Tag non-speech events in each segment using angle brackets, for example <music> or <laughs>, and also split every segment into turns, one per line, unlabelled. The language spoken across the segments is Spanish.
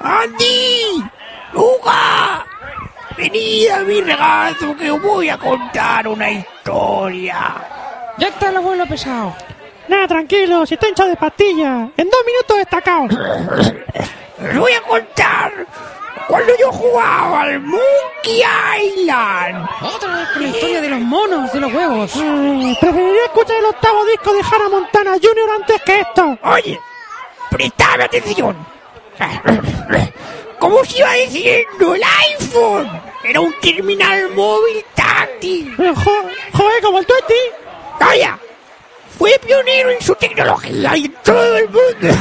¡Andy! ¡Luca! Venid a mi regazo que os voy a contar una historia.
Ya está el abuelo pesado.
Nada, tranquilo, si está hinchado de pastillas. En dos minutos destacados.
Os voy a contar cuando yo jugaba al Monkey Island.
Otra vez con la historia de los monos, de los huevos.
Ay, Eh, preferiría escuchar el octavo disco de Hannah Montana Jr. antes que esto.
Oye, prestadme atención. Como os iba diciendo, el iPhone era un terminal móvil táctil.
Eh, jo- joder, como el Twenty.
Vaya, fue pionero en su tecnología y en todo el mundo.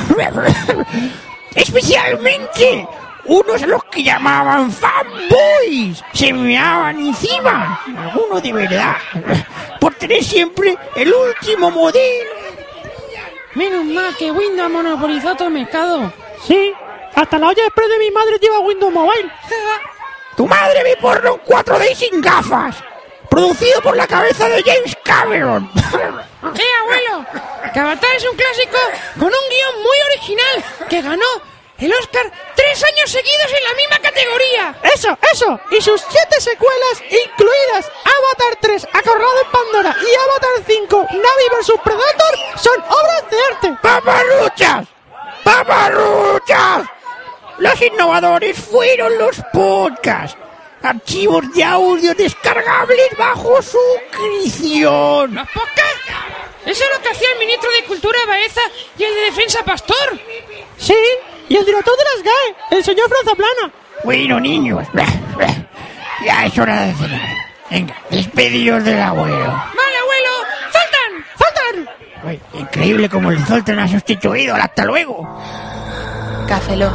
<laughs> Especialmente unos a los que llamaban fanboys se meaban encima, algunos de verdad, por tener siempre el último modelo.
Menos mal que Windows monopolizó todo el mercado.
Sí, hasta la olla express de mi madre lleva Windows Mobile.
¡Eh,
Tu madre ve porno en 4D sin gafas, producido por la cabeza de James Cameron. <laughs>
¡Eh, abuelo! Que Avatar es un clásico con un guión muy original que ganó el Oscar tres años seguidos en la misma categoría.
Eso, eso. Y sus siete secuelas incluidas Avatar 3, Acorralado en Pandora y Avatar 5, Navi vs Predator son obras de arte.
¡Paparruchas! ¡Paparruchas! Los innovadores fueron los podcasts. Archivos de audio descargables bajo suscripción.
¿Los podcasts? Eso es lo que hacía el ministro de Cultura Baeza y el de Defensa Pastor.
Sí, y el director de las GAE, el señor Franzaplana.
Bueno, niños. Ya es hora de cenar. Venga, despedidos del abuelo.
¡Vale, abuelo! ¡Zoltan!
¡Faltan!
Ay, Increíble como el Zoltan ha sustituido al hasta luego.
Café Lock.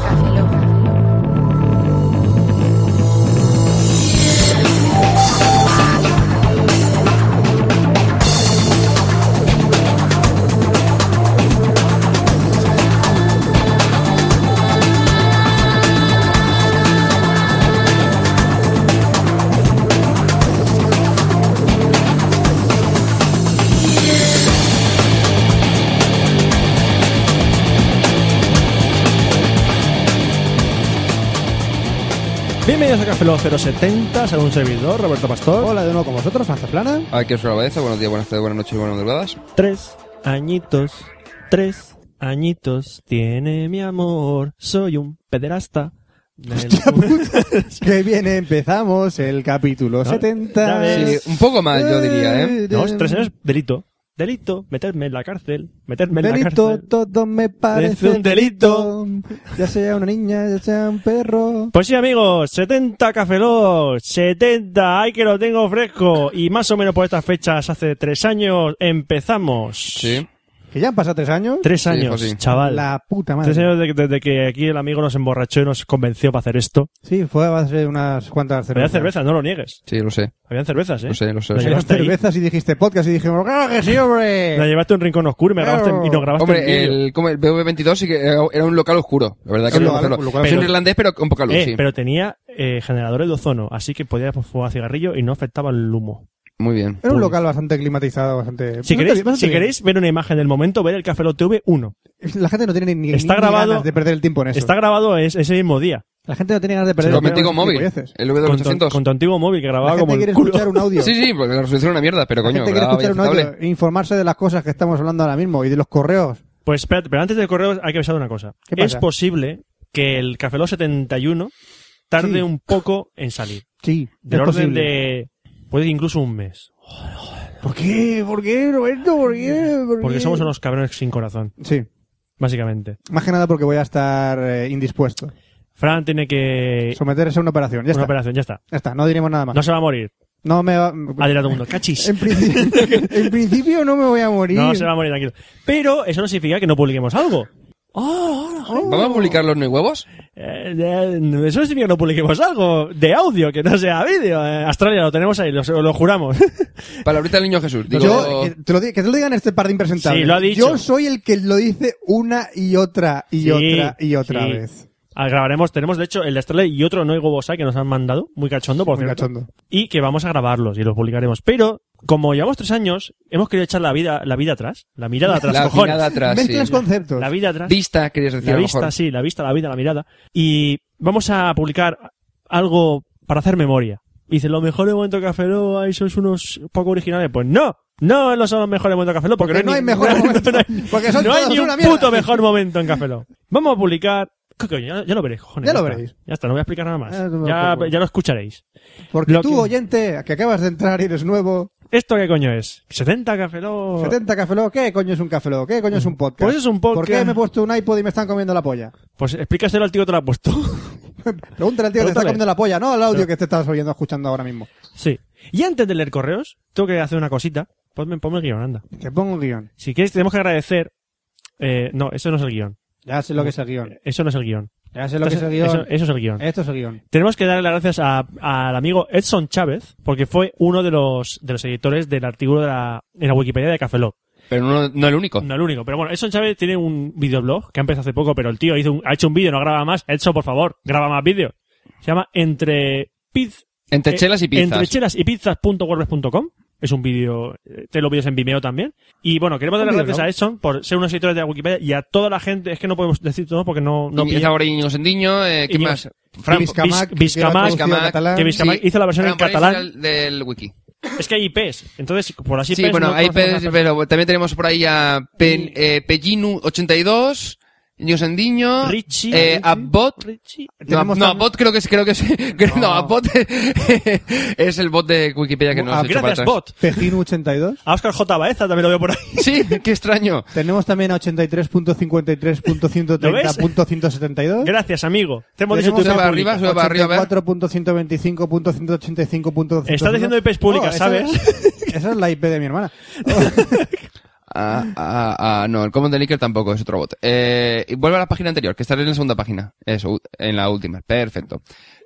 Bienvenidos a Café Lock 070, a un servidor, Roberto Pastor.
Hola de nuevo con vosotros, Franza Plana.
Aquí os lo agradezco. eh, Buenos días, buenas tardes, buenas noches y buenas madrugadas.
Tres añitos, tres añitos tiene mi amor. Soy un pederasta. Me lo-
Que bien empezamos el capítulo
No,
70.
ya ves.
Sí, un poco más, yo diría, ¿eh?
<laughs> No, tres años, delito. Delito, meterme en la cárcel, meterme en la
Delito,
cárcel.
todo me parece
Parece un delito.
Ya sea una niña, ya sea un perro.
Pues sí, amigos, 70 Café Lock, 70, ay que lo tengo fresco. Y más o menos por estas fechas, hace tres años, empezamos.
Sí.
Que ya han pasado tres años.
Tres
Sí,
años,
José.
chaval.
La puta madre.
Tres años de- desde que aquí el amigo nos emborrachó y nos convenció para hacer esto.
Sí, fue a base de unas cuantas
Había
cervezas.
cervezas, no lo niegues.
Sí, lo sé.
Habían cervezas, ¿eh?
Lo sé, lo
Nos
sé, lo sé.
Unas
llevaste, ahí.
cervezas y dijiste podcast y dijimos, ¡Claro que sí, hombre!
Nos llevaste a un rincón oscuro y, me
Claro.
grabaste, y nos grabaste un
Hombre,
vídeo. Eh,
el, como el BV22 sí que era era un local oscuro. La verdad que
Sí,
no
local-
hacerlo.
local-
Es
pues pero-
un irlandés, pero con poca luz,
Eh,
sí.
Pero tenía eh, generadores de ozono, así que podías fumar cigarrillo y no afectaba el humo.
Muy bien.
Era un local bastante climatizado, bastante...
Si,
bastante
queréis,
bien, bastante
si
bien.
queréis ver una imagen del momento, ver el Café Lock TV 1.
La gente no tiene ni, ni-
Está
ni
grabado-
ganas de perder el tiempo en eso.
Está grabado es- ese mismo día.
La gente no tiene ganas de perder
Con
el
mi
tiempo
antiguo móvil.
en esas
El
Con tu,
BV800.
con tu antiguo móvil que
La
grababa
gente
como
quiere
el culo.
escuchar un audio.
Sí, sí, porque la resolución es una mierda, pero
La
coño,
gente quiere
grababa y
escuchar un
aceptable.
audio e informarse de las cosas que estamos hablando ahora mismo y de los correos.
Pues espérate, pero antes del correo hay que avisar una cosa.
¿Qué pasa?
Es posible que el Café Lock 71 tarde
Sí.
un poco en salir.
Sí,
Del
es
orden
posible.
de... Puede que incluso un mes.
¿Por qué? ¿Por qué, Roberto? ¿Por qué? ¿Por
Porque
qué?
somos unos cabrones sin corazón,
Sí,
básicamente.
más que nada porque voy a estar eh, indispuesto.
Fran tiene que...
Someterse a una operación,
una
ya está.
operación, ya está.
Ya está, no diremos nada más.
No se va a morir.
No me va...
Ha dirá todo el mundo. Cachis. <laughs>
En, principio, en principio no me voy a morir.
No se va a morir, tranquilo. Pero eso no significa que no publiquemos algo.
¿Vamos a publicar los nueve huevos?
Eh, eh, eso no significa que no publiquemos algo de audio, que no sea vídeo. Eh, Australia lo tenemos ahí, lo, lo juramos. <laughs>
Para ahorita el niño Jesús. Digo,
Yo,
eh,
que te, lo, di- que te lo digan este par de impresentables.
Sí, lo ha dicho.
Yo soy el que lo dice una y otra y
Sí,
otra y otra
sí.
vez.
Ah, grabaremos, tenemos de hecho el de Australia y otro no hay huevos ahí que nos han mandado, muy cachondo, por
Muy
cierto.
cachondo.
Y que vamos a grabarlos y los publicaremos. Pero como llevamos tres años, hemos querido echar la vida, la vida atrás, la mirada
<laughs>
atrás,
La
cojones.
mirada atrás. sí.
Mezclas conceptos.
La vida atrás.
Vista, querías decir.
la
a lo
vista,
mejor.
sí, la vista, la vida, la mirada. Y vamos a publicar algo para hacer memoria. Dice, los mejores momentos de Café Lock, ahí sois unos poco originales. Pues no, no no son los mejores momentos de Café Lock, porque,
Porque no hay
ni- <laughs>
mejores momentos, <laughs> porque son
no hay
todos
ni un
una mierda.
puto mejor momento en Café Lock. Vamos a publicar... Creo que Ya, ya lo veréis, cojones.
Ya lo
está.
veréis.
Ya está, no voy a explicar nada más.
Ah, no me
Ya,
preocupo.
ya lo escucharéis.
Porque
Lo
tú,
que-
oyente, que acabas de entrar y eres nuevo,
¿Esto qué coño es? ¿70 Café Lock?
70 Café Lock, ¿qué coño es un Café Lock? ¿Qué coño es un podcast?
Pues es un podcast.
¿Por qué me he puesto un iPod y me están comiendo la polla?
Pues explícaselo al tío que te lo ha puesto. <laughs>
Pregúntale al tío que te está
Pregúntale.
comiendo la polla, no al audio que te estás oyendo, escuchando ahora mismo.
sí. Y antes de leer correos, tengo que hacer una cosita. Ponme, ponme el guión, anda.
Te pongo un guión.
Si quieres, tenemos que agradecer. Eh, no, eso no es el guión.
Ya sé lo que es el guión.
Eso no es el guión.
Ya sé lo que es el
Entonces,
guión. Eh.
Eso, eso es el guión.
Esto es el guión.
Tenemos que darle las gracias a- al amigo Edson Chávez, porque fue uno de los, de los editores del artículo de la, en la Wikipedia de Café Lock.
Pero no, no el único.
No el único, pero bueno, Edson Chávez tiene un videoblog que ha empezado hace poco, pero el tío hizo un- ha hecho un vídeo, no graba más. Edson, por favor, graba más vídeos. Se llama Entre Piz,
Entre chelas y pizzas.
Eh, Entre chelas y pizzas.wordpress.com. Es un vídeo, eh, te lo vídeos en Vimeo también. Y bueno, queremos dar las
Un
gracias
vídeo,
a Edson por ser unos editores de la Wikipedia y a toda la gente, es que no podemos decir todo porque no, no
Y
pilla-
ahora Iñigo Sendiño, eh, ¿qué
Iñigo-
más? Fran,
Vizca- Vizcamac,
Vis- Vizcamac,
que era traducido al catalán.
que Vizcamac
Sí.
hizo la versión en
Fran París
catalán.
era el del wiki.
Es que hay IPs, entonces por las IPs.
Sí, bueno,
no
hay
conocemos
pe-
las personas.
pero también tenemos por ahí a Pen, eh, Pellinu82, Iñigo Sendiño,
Richie,
eh,
Richie,
Abbot,
Richie.
No,
Tenemos
no,
tam-
bot creo que es, creo que es, <laughs> creo- no, a bot <laughs> es el bot de Wikipedia que nos ha hecho para
Ah, Gracias,
atrás.
bot.
Pejino 82.
A Oscar J. Baeza también lo veo por ahí. <laughs>
Sí, qué extraño.
Tenemos también a
¿Lo ves?
83.53.130.172.
Gracias, amigo. Te hemos dicho
Tenemos
tu IP
Sube para
pública.
arriba, sube para arriba, a ver.
4.125.185.185.
Estás diciendo IPs públicas, ¿sabes?
Oh, Esa es la IP de mi <laughs> hermana.
Ah, ah, ah, no, el Common Delicker tampoco, es otro bot. Eh, y vuelve a la página anterior, que estaré en la segunda página. Eso, u- en la última. Perfecto.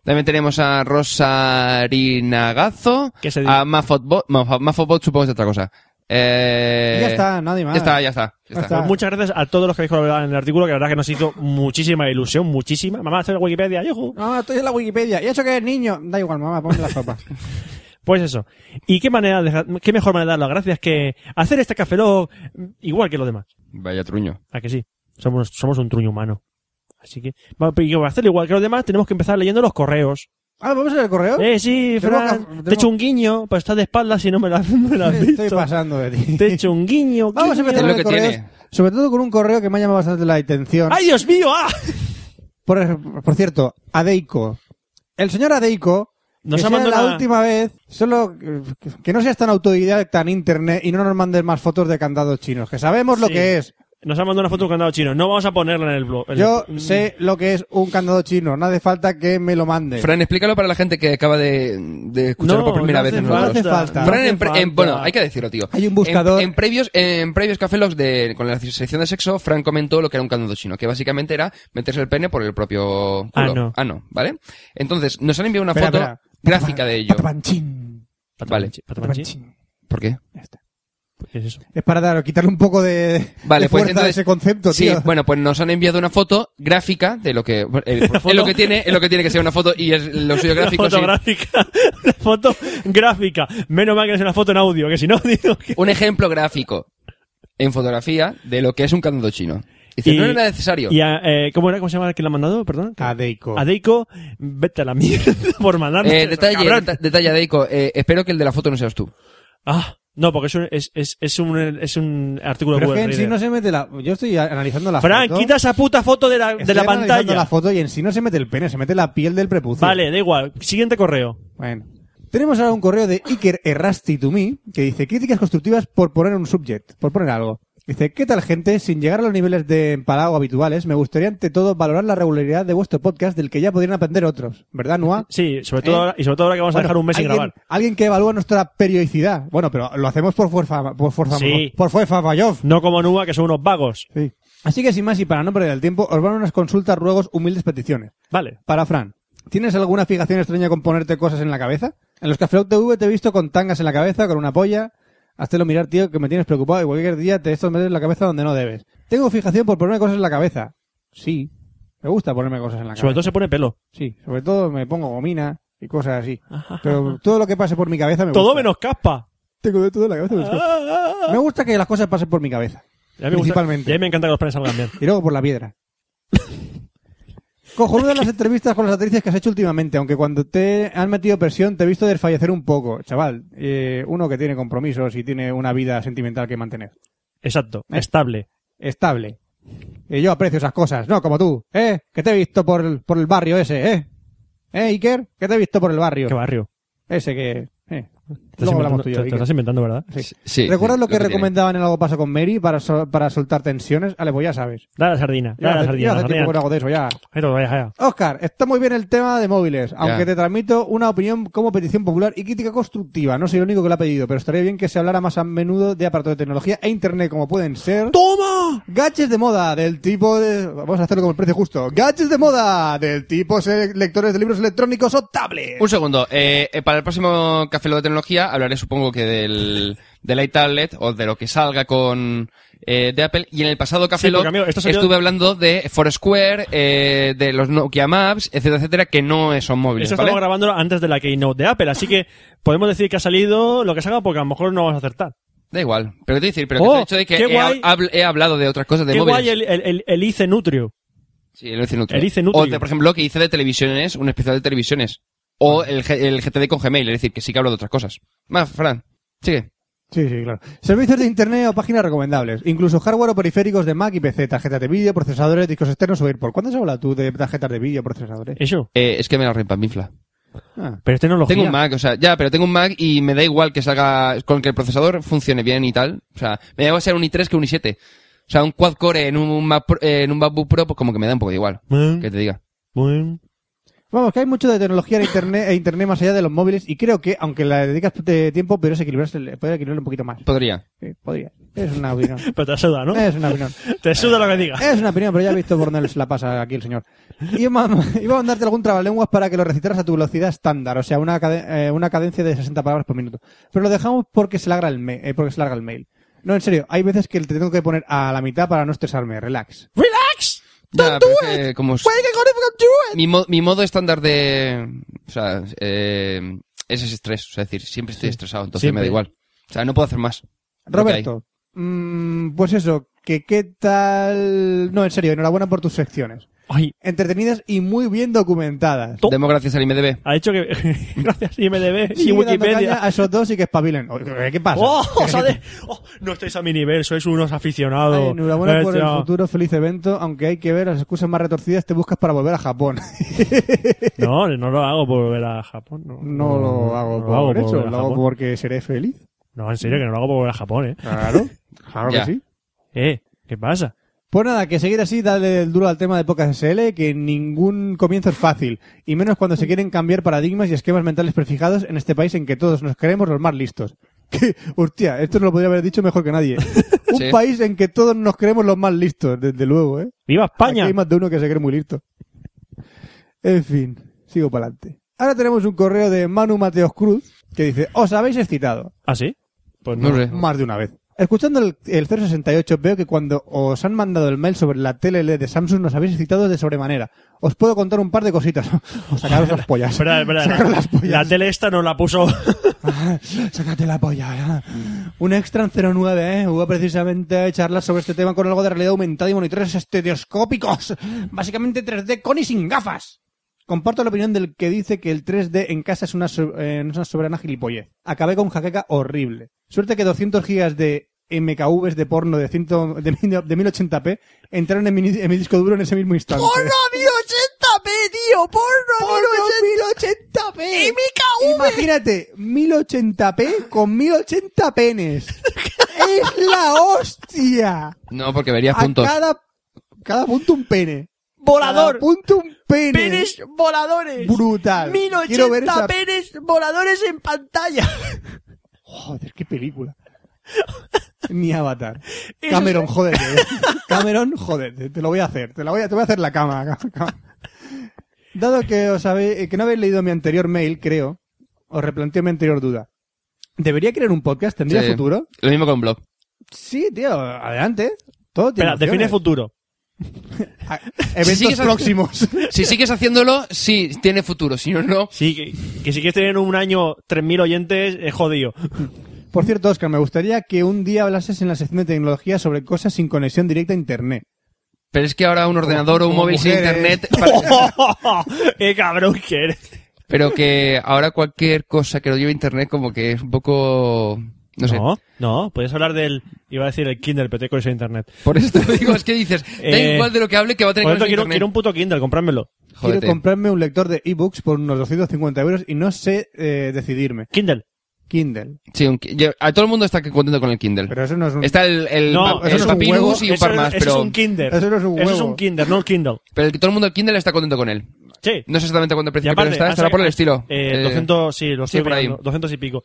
También tenemos a Rosarinagazo,
¿Qué se dice?
a Mafotbot, Maf- Mafotbot supongo que es otra cosa. Eh,
Ya está, nadie más.
Ya está, ya está. ya
Ya
está.
Pues muchas gracias a todos los que habéis colaborado en el artículo, que la verdad que nos hizo muchísima ilusión, muchísima. Mamá, hacer Wikipedia, yujú.
Mamá, estoy en la Wikipedia. ¿Y eso que es niño? Da igual, mamá, ponme la sopa.
<laughs> Pues eso. ¿Y qué manera, de- qué mejor manera de dar las gracias que hacer este café Lock, igual que los demás?
Vaya truño.
¿A que sí? Somos, somos un truño humano. Así que, va- pero para hacerlo igual que los demás, tenemos que empezar leyendo los correos.
Ah, ¿vamos a ver el correo?
Eh, sí,
Tenemos que-
Fran,
tenemos-
te echo un guiño, pero estás de espaldas y no me la, <laughs> no me la has
Estoy
visto.
pasando
<laughs>
de ti.
Te echo un guiño.
Vamos a
guiño.
Es lo
empezar con
que
correos,
tiene.
sobre todo con un correo que me ha llamado bastante la atención.
¡Ay, Dios mío! ¡Ah!
Por, por cierto, Adeico. El señor Adeico,
Nos
que
ha
sea
abandonado.
la última vez, solo eh, que no seas tan autodidacta en internet y no nos mandes más fotos de candados chinos, que sabemos lo
Sí.
que es.
Nos ha mandado una foto de un candado chino. No vamos a ponerla en el blog. en
Yo
el-
sé lo que es un candado chino, no hace falta que me lo mande.
Fran, explícalo para la gente que acaba de, de escucharlo por primera
no
vez
hace
en
falta,
nosotros.
No hace falta.
no
Fran,
hace
en pre- en-
falta.
bueno, hay que decirlo, tío.
Hay un buscador.
En, en previos, en previos Café Logs de, con la sección de sexo, Fran comentó lo que era un candado chino, que básicamente era meterse el pene por el propio culo.
Ah, no.
¿vale? Entonces, nos han enviado una
Espera,
foto
espera.
gráfica de ello.
Patapanchín.
Patamanchi-
Vale.
Patamanchi.
¿Por qué?
¿Qué es eso?
Es para dar, quitarle un poco de,
Vale,
de
pues
fuerza a
entonces-
ese concepto,
Sí,
tío.
bueno, pues nos han enviado una foto gráfica de lo que, eh, es lo
foto.
que tiene, es lo que tiene que ser una foto y es lo
<laughs>
suyo gráfico.
la foto
sí.
gráfica. <laughs> La foto gráfica. Menos mal que no es una foto en audio, que si no, <laughs> digo que...
Un ejemplo gráfico en fotografía de lo que es un candado chino. Dice, no era necesario.
Y a- eh, ¿Cómo era? ¿Cómo se llama el que la ha mandado? Perdón.
Adeico.
Adeico, vete a la mierda <laughs> por mandarnos.
Eh,
eso,
detalle,
cabrón.
deta- detalle, Deico. Eh, espero que el de la foto no seas tú.
Ah, no, porque es un, es, es, es un, es un artículo de
Pero es que
Google
en sí
Reader.
no se mete la... Yo estoy a- analizando la
Fran,
foto.
quita esa puta foto de la, de
Estoy
la
analizando
pantalla.
la foto y en sí no se mete el pene, se mete la piel del prepucio.
Vale, da igual. Siguiente correo.
Bueno. Tenemos ahora un correo de Iker Errasti to me que dice críticas constructivas por poner un subject, por poner algo. Dice, ¿qué tal gente? Sin llegar a los niveles de empalago habituales, me gustaría ante todo valorar la regularidad de vuestro podcast del que ya podrían aprender otros. ¿Verdad, Noah?
Sí, sobre todo
Eh.
ahora, y sobre todo ahora que vamos a
Bueno,
dejar un mes sin
alguien-
grabar.
Alguien que evalúa nuestra periodicidad. Bueno, pero lo hacemos por fuerza, por fuerza,
Sí.
por fuerza mayor.
No como Nuba, que son unos vagos.
Sí. Así que sin más y para no perder el tiempo, os van unas consultas, ruegos, humildes peticiones.
Vale.
Para Fran, ¿tienes alguna fijación extraña con ponerte cosas en la cabeza? En los Café Lock TV te he visto con tangas en la cabeza, con una polla. Háztelo mirar, tío, que me tienes preocupado y cualquier día te estos meter la cabeza donde no debes. Tengo fijación por ponerme cosas en la cabeza. Sí. Me gusta ponerme cosas en la
Sobre
cabeza.
todo se pone pelo.
Sí. Sobre todo me pongo gomina y cosas así. Pero todo lo que pase por mi cabeza me
Todo
gusta.
menos caspa.
Tengo de todo en la cabeza. Me gusta que las cosas pasen por mi cabeza.
Y a mí Ah. me gusta-
Principalmente.
y a mí me encanta que los planes salgan bien.
Y luego por la
<laughs>
piedra. Cojonudas las entrevistas con las actrices que has hecho últimamente, aunque cuando te han metido presión te he visto desfallecer un poco, chaval. Eh, uno que tiene compromisos y tiene una vida sentimental que mantener.
Exacto,
Eh.
estable.
Estable. Y yo aprecio esas cosas, no como tú, ¿eh? Que te he visto por el, por el barrio ese, ¿eh? ¿Eh, Iker? Que te he visto por el barrio.
Qué barrio.
Ese que... Eh.
Te estás
Luego hablamos
inventando-
tú y
te-
yo,
te
Iker.
estás inventando, ¿verdad?
Sí.
Sí,
¿Recuerdas
sí,
lo que
tiene.
recomendaban en Algo pasa con Mary para, sol- para soltar tensiones? Ale, pues ya sabes.
Dale a la sardina,
Ya
dale a la
hace-
sardina.
ya hace
la
tiempo que no
sardina.
hago de eso, ya.
Ahí todo, vaya, vaya.
Oscar, está muy bien el tema de móviles, aunque te transmito una opinión como petición popular y crítica constructiva. No soy el único que la ha pedido, pero estaría bien que se hablara más a menudo de aparatos de tecnología e internet, como pueden ser.
¡Toma!
Gaches de moda del tipo de... Vamos a hacerlo como el precio justo. Gaches de moda del tipo se- lectores de libros electrónicos o tablets.
Un segundo, eh, eh, para el próximo Café Lock de Tecnología hablaré supongo que del, del iTablet o de lo que salga con eh, de Apple y en el pasado Café
Sí, porque,
Lock
amigo, esto salió-
estuve hablando de Foursquare, eh, de los Nokia Maps, etcétera, etcétera, que no son móviles,
Esto
¿vale?
estamos grabándolo antes de la Keynote de Apple, así que podemos decir que ha salido lo que salga porque a lo mejor no vamos a acertar.
Da igual, pero ¿qué te decir, pero que
Oh,
te he dicho de que
qué
he,
guay.
habl- he hablado de otras cosas de
Qué
móviles.
guay el, el, el, el ICE Nutrio.
Sí, el Ice Nutrio.
El Ice Nutrio.
O, de, por ejemplo, que hice de televisiones, un especial de televisiones. O el, G- el GTD con Gmail, es decir, que sí que hablo de otras cosas. Más, Fran, sigue.
Sí, sí, claro. Servicios de internet o páginas recomendables. Incluso hardware o periféricos de Mac y PC, tarjetas de vídeo, procesadores, discos externos o AirPort. ¿Cuándo has hablado tú de tarjetas de vídeo, procesadores?
Eso.
Eh, es que me la repaminfla.
Ah.
Pero es tecnología.
Tengo un Mac, o sea, ya, pero tengo un Mac y me da igual que salga, con que el procesador funcione bien y tal. O sea, me da igual ser un i3 que un i7. O sea, un quad core en un, Mac Pro- eh, en un MacBook Pro, pues como que me da un poco de igual.
Mm.
Que te diga.
Bueno.
Vamos, que hay mucho de tecnología en internet, e internet más allá de los móviles y creo que, aunque la dedicas de tiempo, podrías equilibrarse, podrías equilibrar un poquito más.
Podría.
Sí, podría. Es una opinión.
Pero te suda, ¿no?
Es una opinión.
Te suda lo que digas.
Es una opinión, pero ya he visto por dónde se la pasa aquí el señor. Y vamos- y vamos a darte algún trabalenguas para que lo recitaras a tu velocidad estándar, o sea, una, cade- eh, una cadencia de 60 palabras por minuto. Pero lo dejamos porque se larga el, ma- eh, porque se larga el mail. No, en serio, hay veces que te tengo que poner a la mitad para no estresarme. Relax.
¡Relax!
Ya, pero es que como es-
Puede que con el
mi, mo- mi modo estándar de. O sea, eh, es ese estrés. O sea, es decir, siempre estoy estresado, entonces
Siempre.
me da igual. O sea, no puedo hacer más. Lo que hay.
Roberto, mm, pues eso, que qué tal... No, en serio, enhorabuena por tus secciones.
Ay,
entretenidas y muy bien documentadas.
To-
Democracias al IMDB.
ha hecho que. <laughs> Gracias, IMDB y
Sigue dando caña
Wikipedia.
a esos dos y que espabilen. Oye, ¿Qué pasa?
¡Oh!
¿Qué-
o sea, de- oh, no estáis a mi nivel, sois unos aficionados. Pues
Ay, enhorabuena por el
Hostia.
futuro feliz evento, aunque hay que ver las excusas más retorcidas te buscas para volver a Japón. <laughs>
No, no lo hago por volver a Japón. No,
no lo hago
Mm, no
por eso,
volver a
lo hago
Japón.
porque seré feliz.
No, en serio, que no lo hago por volver a Japón, ¿eh?
<laughs> Claro, claro
Ya.
que sí.
Eh, ¿qué pasa?
Pues nada, que seguir así, darle el duro al tema de Pocas SL, que ningún comienzo es fácil, y menos cuando se quieren cambiar paradigmas y esquemas mentales prefijados en este país en que todos nos creemos los más listos. <laughs> Que, hostia, esto no lo podría haber dicho mejor que <laughs> nadie. Un
Sí.
país en que todos nos creemos los más listos, desde luego, ¿eh?
¡Viva España!
Aquí hay más de uno que se cree muy listo. En fin, sigo para adelante. Ahora tenemos un correo de Manu Mateos Cruz que dice, os habéis excitado.
¿Ah, sí? Pues
No sé.
Más de una vez. Escuchando el, el 068 veo que cuando os han mandado el mail sobre la tele LED de Samsung nos habéis excitado de sobremanera. Os puedo contar un par de cositas. <laughs> Os sacaros las pollas.
Espera,
<laughs>
espera,
Sacaros
la,
las pollas.
la tele esta no la
<laughs>
puso.
Sácate la polla. ya. Un extra en 09, ¿eh? Hubo precisamente charlas sobre este tema con algo de realidad aumentada y monitores estereoscópicos. Básicamente 3D con y sin gafas. Comparto la opinión del que dice que el 3D en casa es una, so- eh, es una soberana gilipollez. Acabé con jaqueca horrible. Suerte que 200 gigas de MKVs de porno de, 100 de, mil- de 1080p entraron en mi, en mi disco duro en ese mismo instante.
¡Porno a 1080p, tío! ¡Porno a
1080p. Imagínate, 1080p con 1080 penes. es la hostia.
No, porque verías
A
puntos.
cada, cada punto un pene. Cada
¡Volador!
punto un pene.
¡Penes voladores!
Brutal. Quiero ver
1080
esa-
penes voladores en pantalla.
Joder, qué película. <laughs> Ni Avatar.
Eso
Cameron, jódete. Cameron, jódete. Te lo voy a hacer. Te, la voy, a, te voy a hacer la cama. <laughs> Dado que, os habe- que no habéis leído mi anterior mail, creo, os replanteo mi anterior duda. ¿Debería crear un podcast? ¿Tendría
Sí.
futuro?
Lo mismo con un blog.
Sí, tío. Adelante. Todo tiene
Espera, define
opciones.
futuro.
Ah,
Si
Eventos
sigues así-
próximos.
Si sigues haciéndolo, sí, tiene futuro. Si no, no.
Sí, que, que si quieres tener un año 3.000 oyentes, es jodido. <laughs>
Por cierto, Oscar, me gustaría que un día hablases en la sección de tecnología sobre cosas sin conexión directa a Internet.
Pero es que ahora un ordenador o un
como
móvil sin
mujeres.
internet. para-
¡Oh, ¡Qué cabrón que eres!
pero que ahora cualquier cosa que lo lleve internet, como que es un poco. No sé.
No, no, podías hablar del, iba a decir el Kindle, pero tengo eso de internet.
Por eso te digo, es que dices, da
Eh,
igual de lo que hable que va a tener
Por cierto,
conexión a
quiero,
internet.
quiero un puto Kindle, comprármelo.
Jódete.
Quiero comprarme un lector de ebooks por unos 250 euros y no sé eh, decidirme.
Kindle.
Kindle.
Sí, un ki- yo- a todo el mundo está que- contento con el Kindle.
Pero eso no es un...
Está el, el,
No,
pa- el
eso es un
Papyrus
huevo,
y un
Eso
par
es-
más,
eso
pero,
es un Kinder.
Eso no es un
Eso es
huevo.
un Kinder, no el Kindle.
pero el que todo el mundo el Kindle está contento con él.
Sí.
No sé exactamente cuánto
Y
precio,
aparte,
pero está,
han
estará por el
sacado-
estilo.
eh,
Eh,
200, sí, lo
sí,
estoy
por ahí.
mirando, 200 y pico.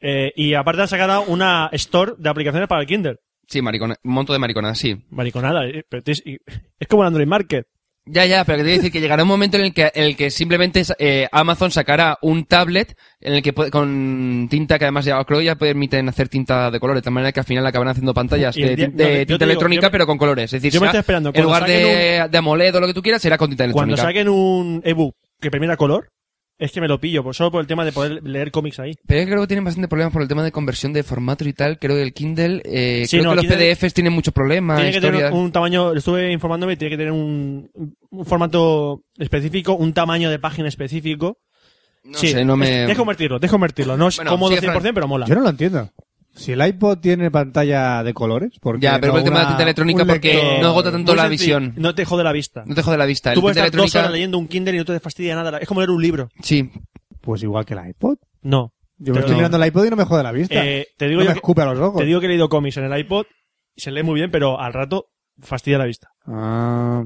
Eh, y aparte han sacado una store de aplicaciones para el Kindle.
Sí, maricona, un monto de mariconadas, sí.
Mariconada. eh, pero tienes- y- es como el Android Market.
Ya, ya, pero que te voy a decir que llegará un momento en el que, en el que simplemente eh, Amazon sacará un tablet en el que puede- con tinta que además ya creo ya permiten hacer tinta de colores, de tal manera que al final acabarán haciendo pantallas
Y el
de,
día-
tin-
no,
de
yo te
tinta
digo,
electrónica
yo me-
pero con colores. Es decir,
yo me
será-
estoy esperando,
en
cuando
lugar de,
saquen
de AMOLED o lo que tú quieras, será con tinta
Cuando
electrónica.
saquen un ebook que permita color, es que me lo pillo, pues solo por el tema de poder leer cómics ahí.
Pero yo creo que tienen bastante problemas por el tema de conversión de formatos y tal. Creo que el Kindle, eh,
Sí,
creo
no,
que los
Kindle-
PDFs tienen muchos problemas.
tiene que tener
historias.
un tamaño, estuve informándome, tiene que tener un, un formato específico, un tamaño de página específico.
No
sí,
sé, no me...
es, convertirlo, es convertirlo. No es
Bueno,
cómodo
sigue, Fran.
100%, pero mola.
Yo no lo entiendo. Si el iPod tiene pantalla de colores, porque
Ya, pero por el tema de la tinta electrónica, porque no agota tanto
Muy
la
sencillo,
visión.
No te jode la vista.
No te jode la vista.
Tú
el
puedes
tinta
estar dos
electrónica...
horas leyendo un Kindle y no te fastidia nada. Es como leer un libro.
Sí,
Pues igual que el iPod.
No.
Yo me
Pero-
estoy mirando el iPod y no me jode la vista.
Eh, te digo
no me
yo que-
escupe a los ojos.
Te digo que he leído cómics en el iPod, se lee muy bien, pero al rato fastidia la vista.
Ah,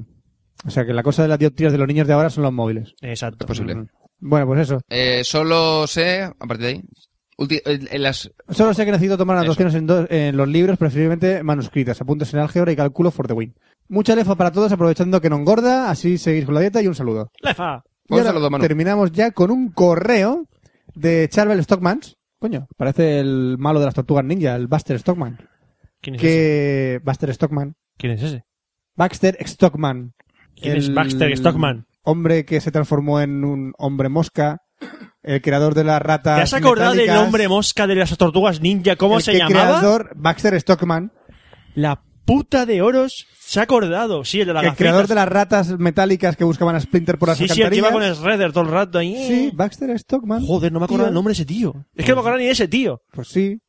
o sea que la cosa de las dioptrías de los niños de ahora son los móviles.
Exacto.
es posible.
Ujú. Bueno, pues eso.
Eh, solo sé, a partir de ahí, ulti- en- en las,
Solo sé que necesito tomar
Eso.
anotaciones en, dos- en los libros, preferiblemente manuscritas, apuntes en álgebra y cálculo for the win. Mucha lefa para todos, aprovechando que no engorda, así seguís con la dieta y un saludo.
Lefa.
Y
Un
ahora
saludo, Manu.
terminamos ya con un correo de Charvel Stockmans. Coño, parece el malo de las tortugas ninja, el Buster Stockman.
¿Quién es ese?
Que... Buster Stockman.
¿Quién es ese?
Baxter Stockman.
¿Quién es Baxter Stockman?
Hombre que se transformó en un hombre mosca, el creador de las ratas
¿Te has acordado del
metálicas,
hombre mosca de las tortugas ninja? ¿Cómo
el
se
que
llamaba?
creador Baxter Stockman.
La puta de oros se ha acordado. Sí, el de la
el creador de las ratas metálicas que buscaban a Splinter por las
Sí, sí, el que
alcantarillas.
iba con el Shredder todo el rato ahí.
Sí, Baxter Stockman.
Joder, no me acuerdo
Tío,
el nombre de ese tío. Es que no me acuerdo ni de ese tío.
Pues sí.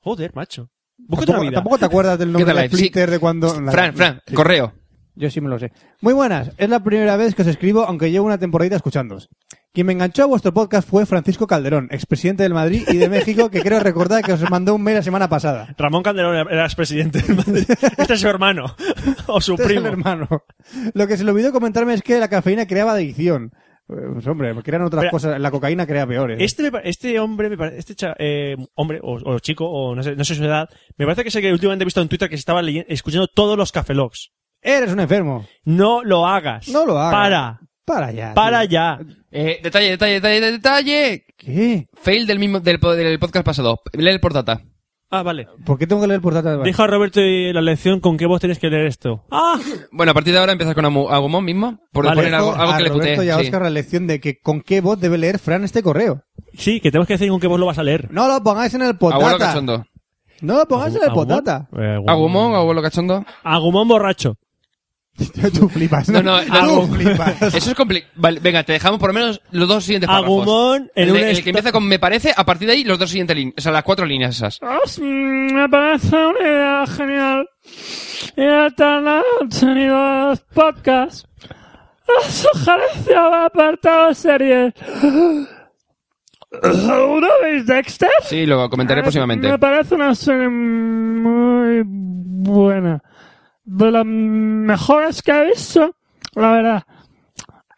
Joder, macho. Búscate una
Tampoco,
vida.
tampoco te acuerdas del nombre
¿Qué tal,
de
Live? Sí.
Splinter de cuando...
Fran, Fran,
Sí,
correo.
Yo sí me lo sé. Muy buenas. Es la primera vez que os escribo, aunque llevo una temporadita escuchándoos. Quien me enganchó a vuestro podcast fue Francisco Calderón, expresidente del Madrid y de México, que creo recordar que os mandó un mail la semana pasada.
Ramón Calderón era expresidente del Madrid.
<laughs>
Este es su hermano. <laughs> O su
Este es el
primo.
hermano. Lo que se le olvidó comentarme es que la cafeína creaba adicción. Eh, Pues hombre, crean otras
Pero-
cosas. La cocaína crea peores.
Este, me pa- este hombre, me pare- este cha- eh, hombre o, o chico, o no sé, no sé su edad, me parece que es el que últimamente he visto en Twitter que se estaba leyen- escuchando todos los cafelogs.
Eres un enfermo.
No lo hagas.
No lo hagas.
Para.
Para ya.
Para
tío.
ya.
Eh, detalle, detalle, detalle, detalle.
¿Qué?
Fail del mismo del, po- del podcast pasado. Lee el portata.
Ah, vale.
¿Por qué tengo que leer por data?
Deja a Roberto y la lección con qué vos tenés que leer esto. ¡Ah!
Bueno, a partir de ahora empiezas con Amu- Agumón mismo. Por
Vale.
poner algo, algo
a
que le
Roberto
puté.
y a
sí.
Oscar la lección de que con qué voz debe leer Fran este correo.
Sí, que tenemos que decir con qué vos lo vas a leer.
No lo pongáis en el
Abuelo
potata.
cachondo.
No lo pongáis en el
<laughs>
potata.
Eh, Agumón.
Agumón, abuelo cachondo.
Agumón borracho.
Tú flipas.
<laughs> No, no,
Tú
Agumón. <laughs>
flipas.
Eso es complicado. Vale, venga, te dejamos por lo menos los dos siguientes párrafos.
Agumón en
el,
un
de- el
esta-
que empieza con me parece, a partir de ahí los dos siguientes líneas, o sea, las cuatro líneas esas.
Me parece una idea genial. Y alternado sonido de los podcasts. La sugerencia del apartado series. ¿Alguno veis Dexter?
Sí, lo comentaré próximamente.
Me parece una serie muy buena. De las mejores que he visto, la verdad.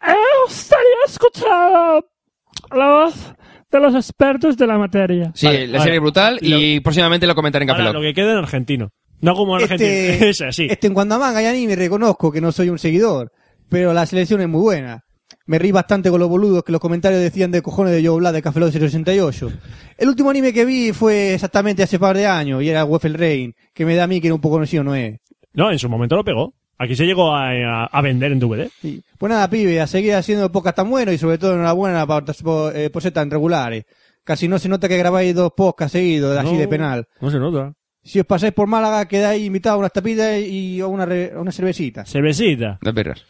Eh, Me gustaría escuchar la voz de los expertos de la materia.
Sí,
Vale,
la
vale.
serie brutal y próximamente lo comentaré en Café
Ahora,
Lock.
lo que queda en argentino. No Agumón argentino. <laughs>
Este,
Es así.
este en cuanto a manga y anime reconozco que no soy un seguidor, pero la selección es muy buena. Me reí bastante con los boludos que los comentarios decían de cojones de Joe Blas de Café Lock 068. El último anime que vi fue exactamente hace par de años y era Waffle Rain, que me da a mí que era un poco conocido, no es.
No, en su momento lo pegó. Aquí se llegó a, a- a vender en DVD.
Sí. Pues nada, pibe, a seguir haciendo podcast tan bueno y sobre todo enhorabuena por, por, eh, por ser tan regulares. Casi no se nota que grabáis dos podcasts seguidos, así
No,
de penal.
No se nota.
Si os pasáis por Málaga, quedáis invitados a unas tapitas y a una, re- a una cervecita.
Cervecita.
Las birras.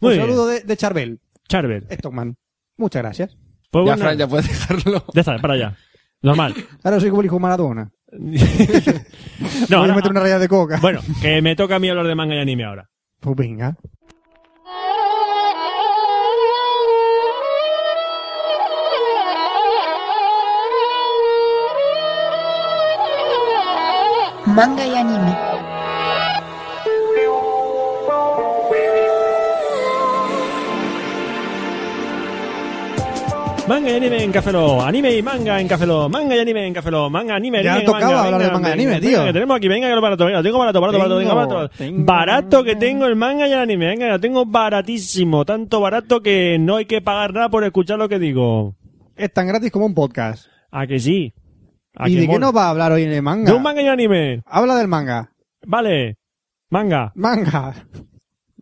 Muy
Un
bien.
saludo de, de Charbel,
Charbel.
Stockman. Muchas gracias.
Pues
Ya,
bueno,
Fran, ya puedes <laughs> dejarlo.
ya está, para allá.
<laughs>
Normal.
Ahora soy como el hijo de Maradona.
no,
Voy
ahora-
a meter una raya de coca.
bueno, que me toca a mí hablar de manga y anime ahora.
Pues venga.
Manga y anime.
Manga y anime en Café Lock. Anime y manga en Café Lock. Manga y anime en Café Lock. Manga, anime,
Ya
anime,
tocaba
manga,
hablar de manga y anime,
venga,
tío.
que tenemos aquí, venga, que lo barato, venga, lo tengo barato, barato, barato, venga,
Tengo,
barato.
tengo.
Barato que tengo el manga y el anime, venga, lo tengo baratísimo, tanto barato que no hay que pagar nada por escuchar lo que digo.
Es tan gratis como un podcast.
¿A que sí? ¿A
¿Y
que
de qué
mola?
nos va a hablar hoy en el manga?
De un manga y anime.
Habla del manga.
Vale. Manga.
Manga. <laughs>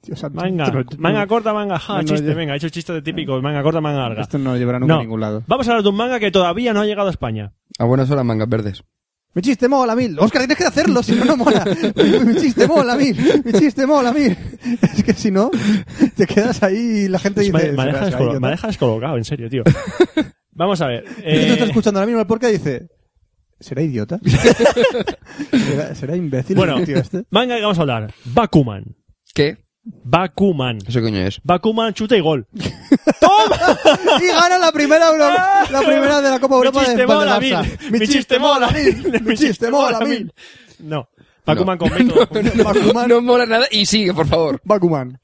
Dios santo.
Manga.
<laughs> Esto no-
Manga corta, manga. Ja,
No, no,
chiste,
yo-
venga, he hecho chistes de típico. Manga corta, manga larga.
Esto no lo llevará nunca
No.
a ningún lado.
Vamos a hablar de un manga que todavía no ha llegado a España.
A buenas horas, mangas verdes.
Mi chiste mola mil. Oscar, tienes que hacerlo, si no, no mola. Mi chiste mola mil. Mi chiste mola mil. Es que si no, te quedas ahí y la gente
Es-
dice...
me, me
"Serás
deja descolo-
idiota".
me deja descolocado, en serio,
<laughs>
tío. Vamos a ver.
Y tú estás
eh,
escuchando ahora mismo el podcast y dice... ¿Será
<laughs>
idiota? ¿Será, será imbécil
Bueno.
el tío este?
manga que vamos a hablar. Bakuman.
¿Qué?
Bakuman.
¿Eso qué coño es?
Bakuman, chuta y
<laughs>
gol.
Y gana la primera, Euro- la primera de la Copa Europa
Mi
de-
chiste
del
mola
Barça.
mil. Mi chiste mola mil.
Mi chiste mola mil.
No. Bakuman
<laughs>
con método.
Bakuman.
No mola nada y sigue, por favor.
Bakuman.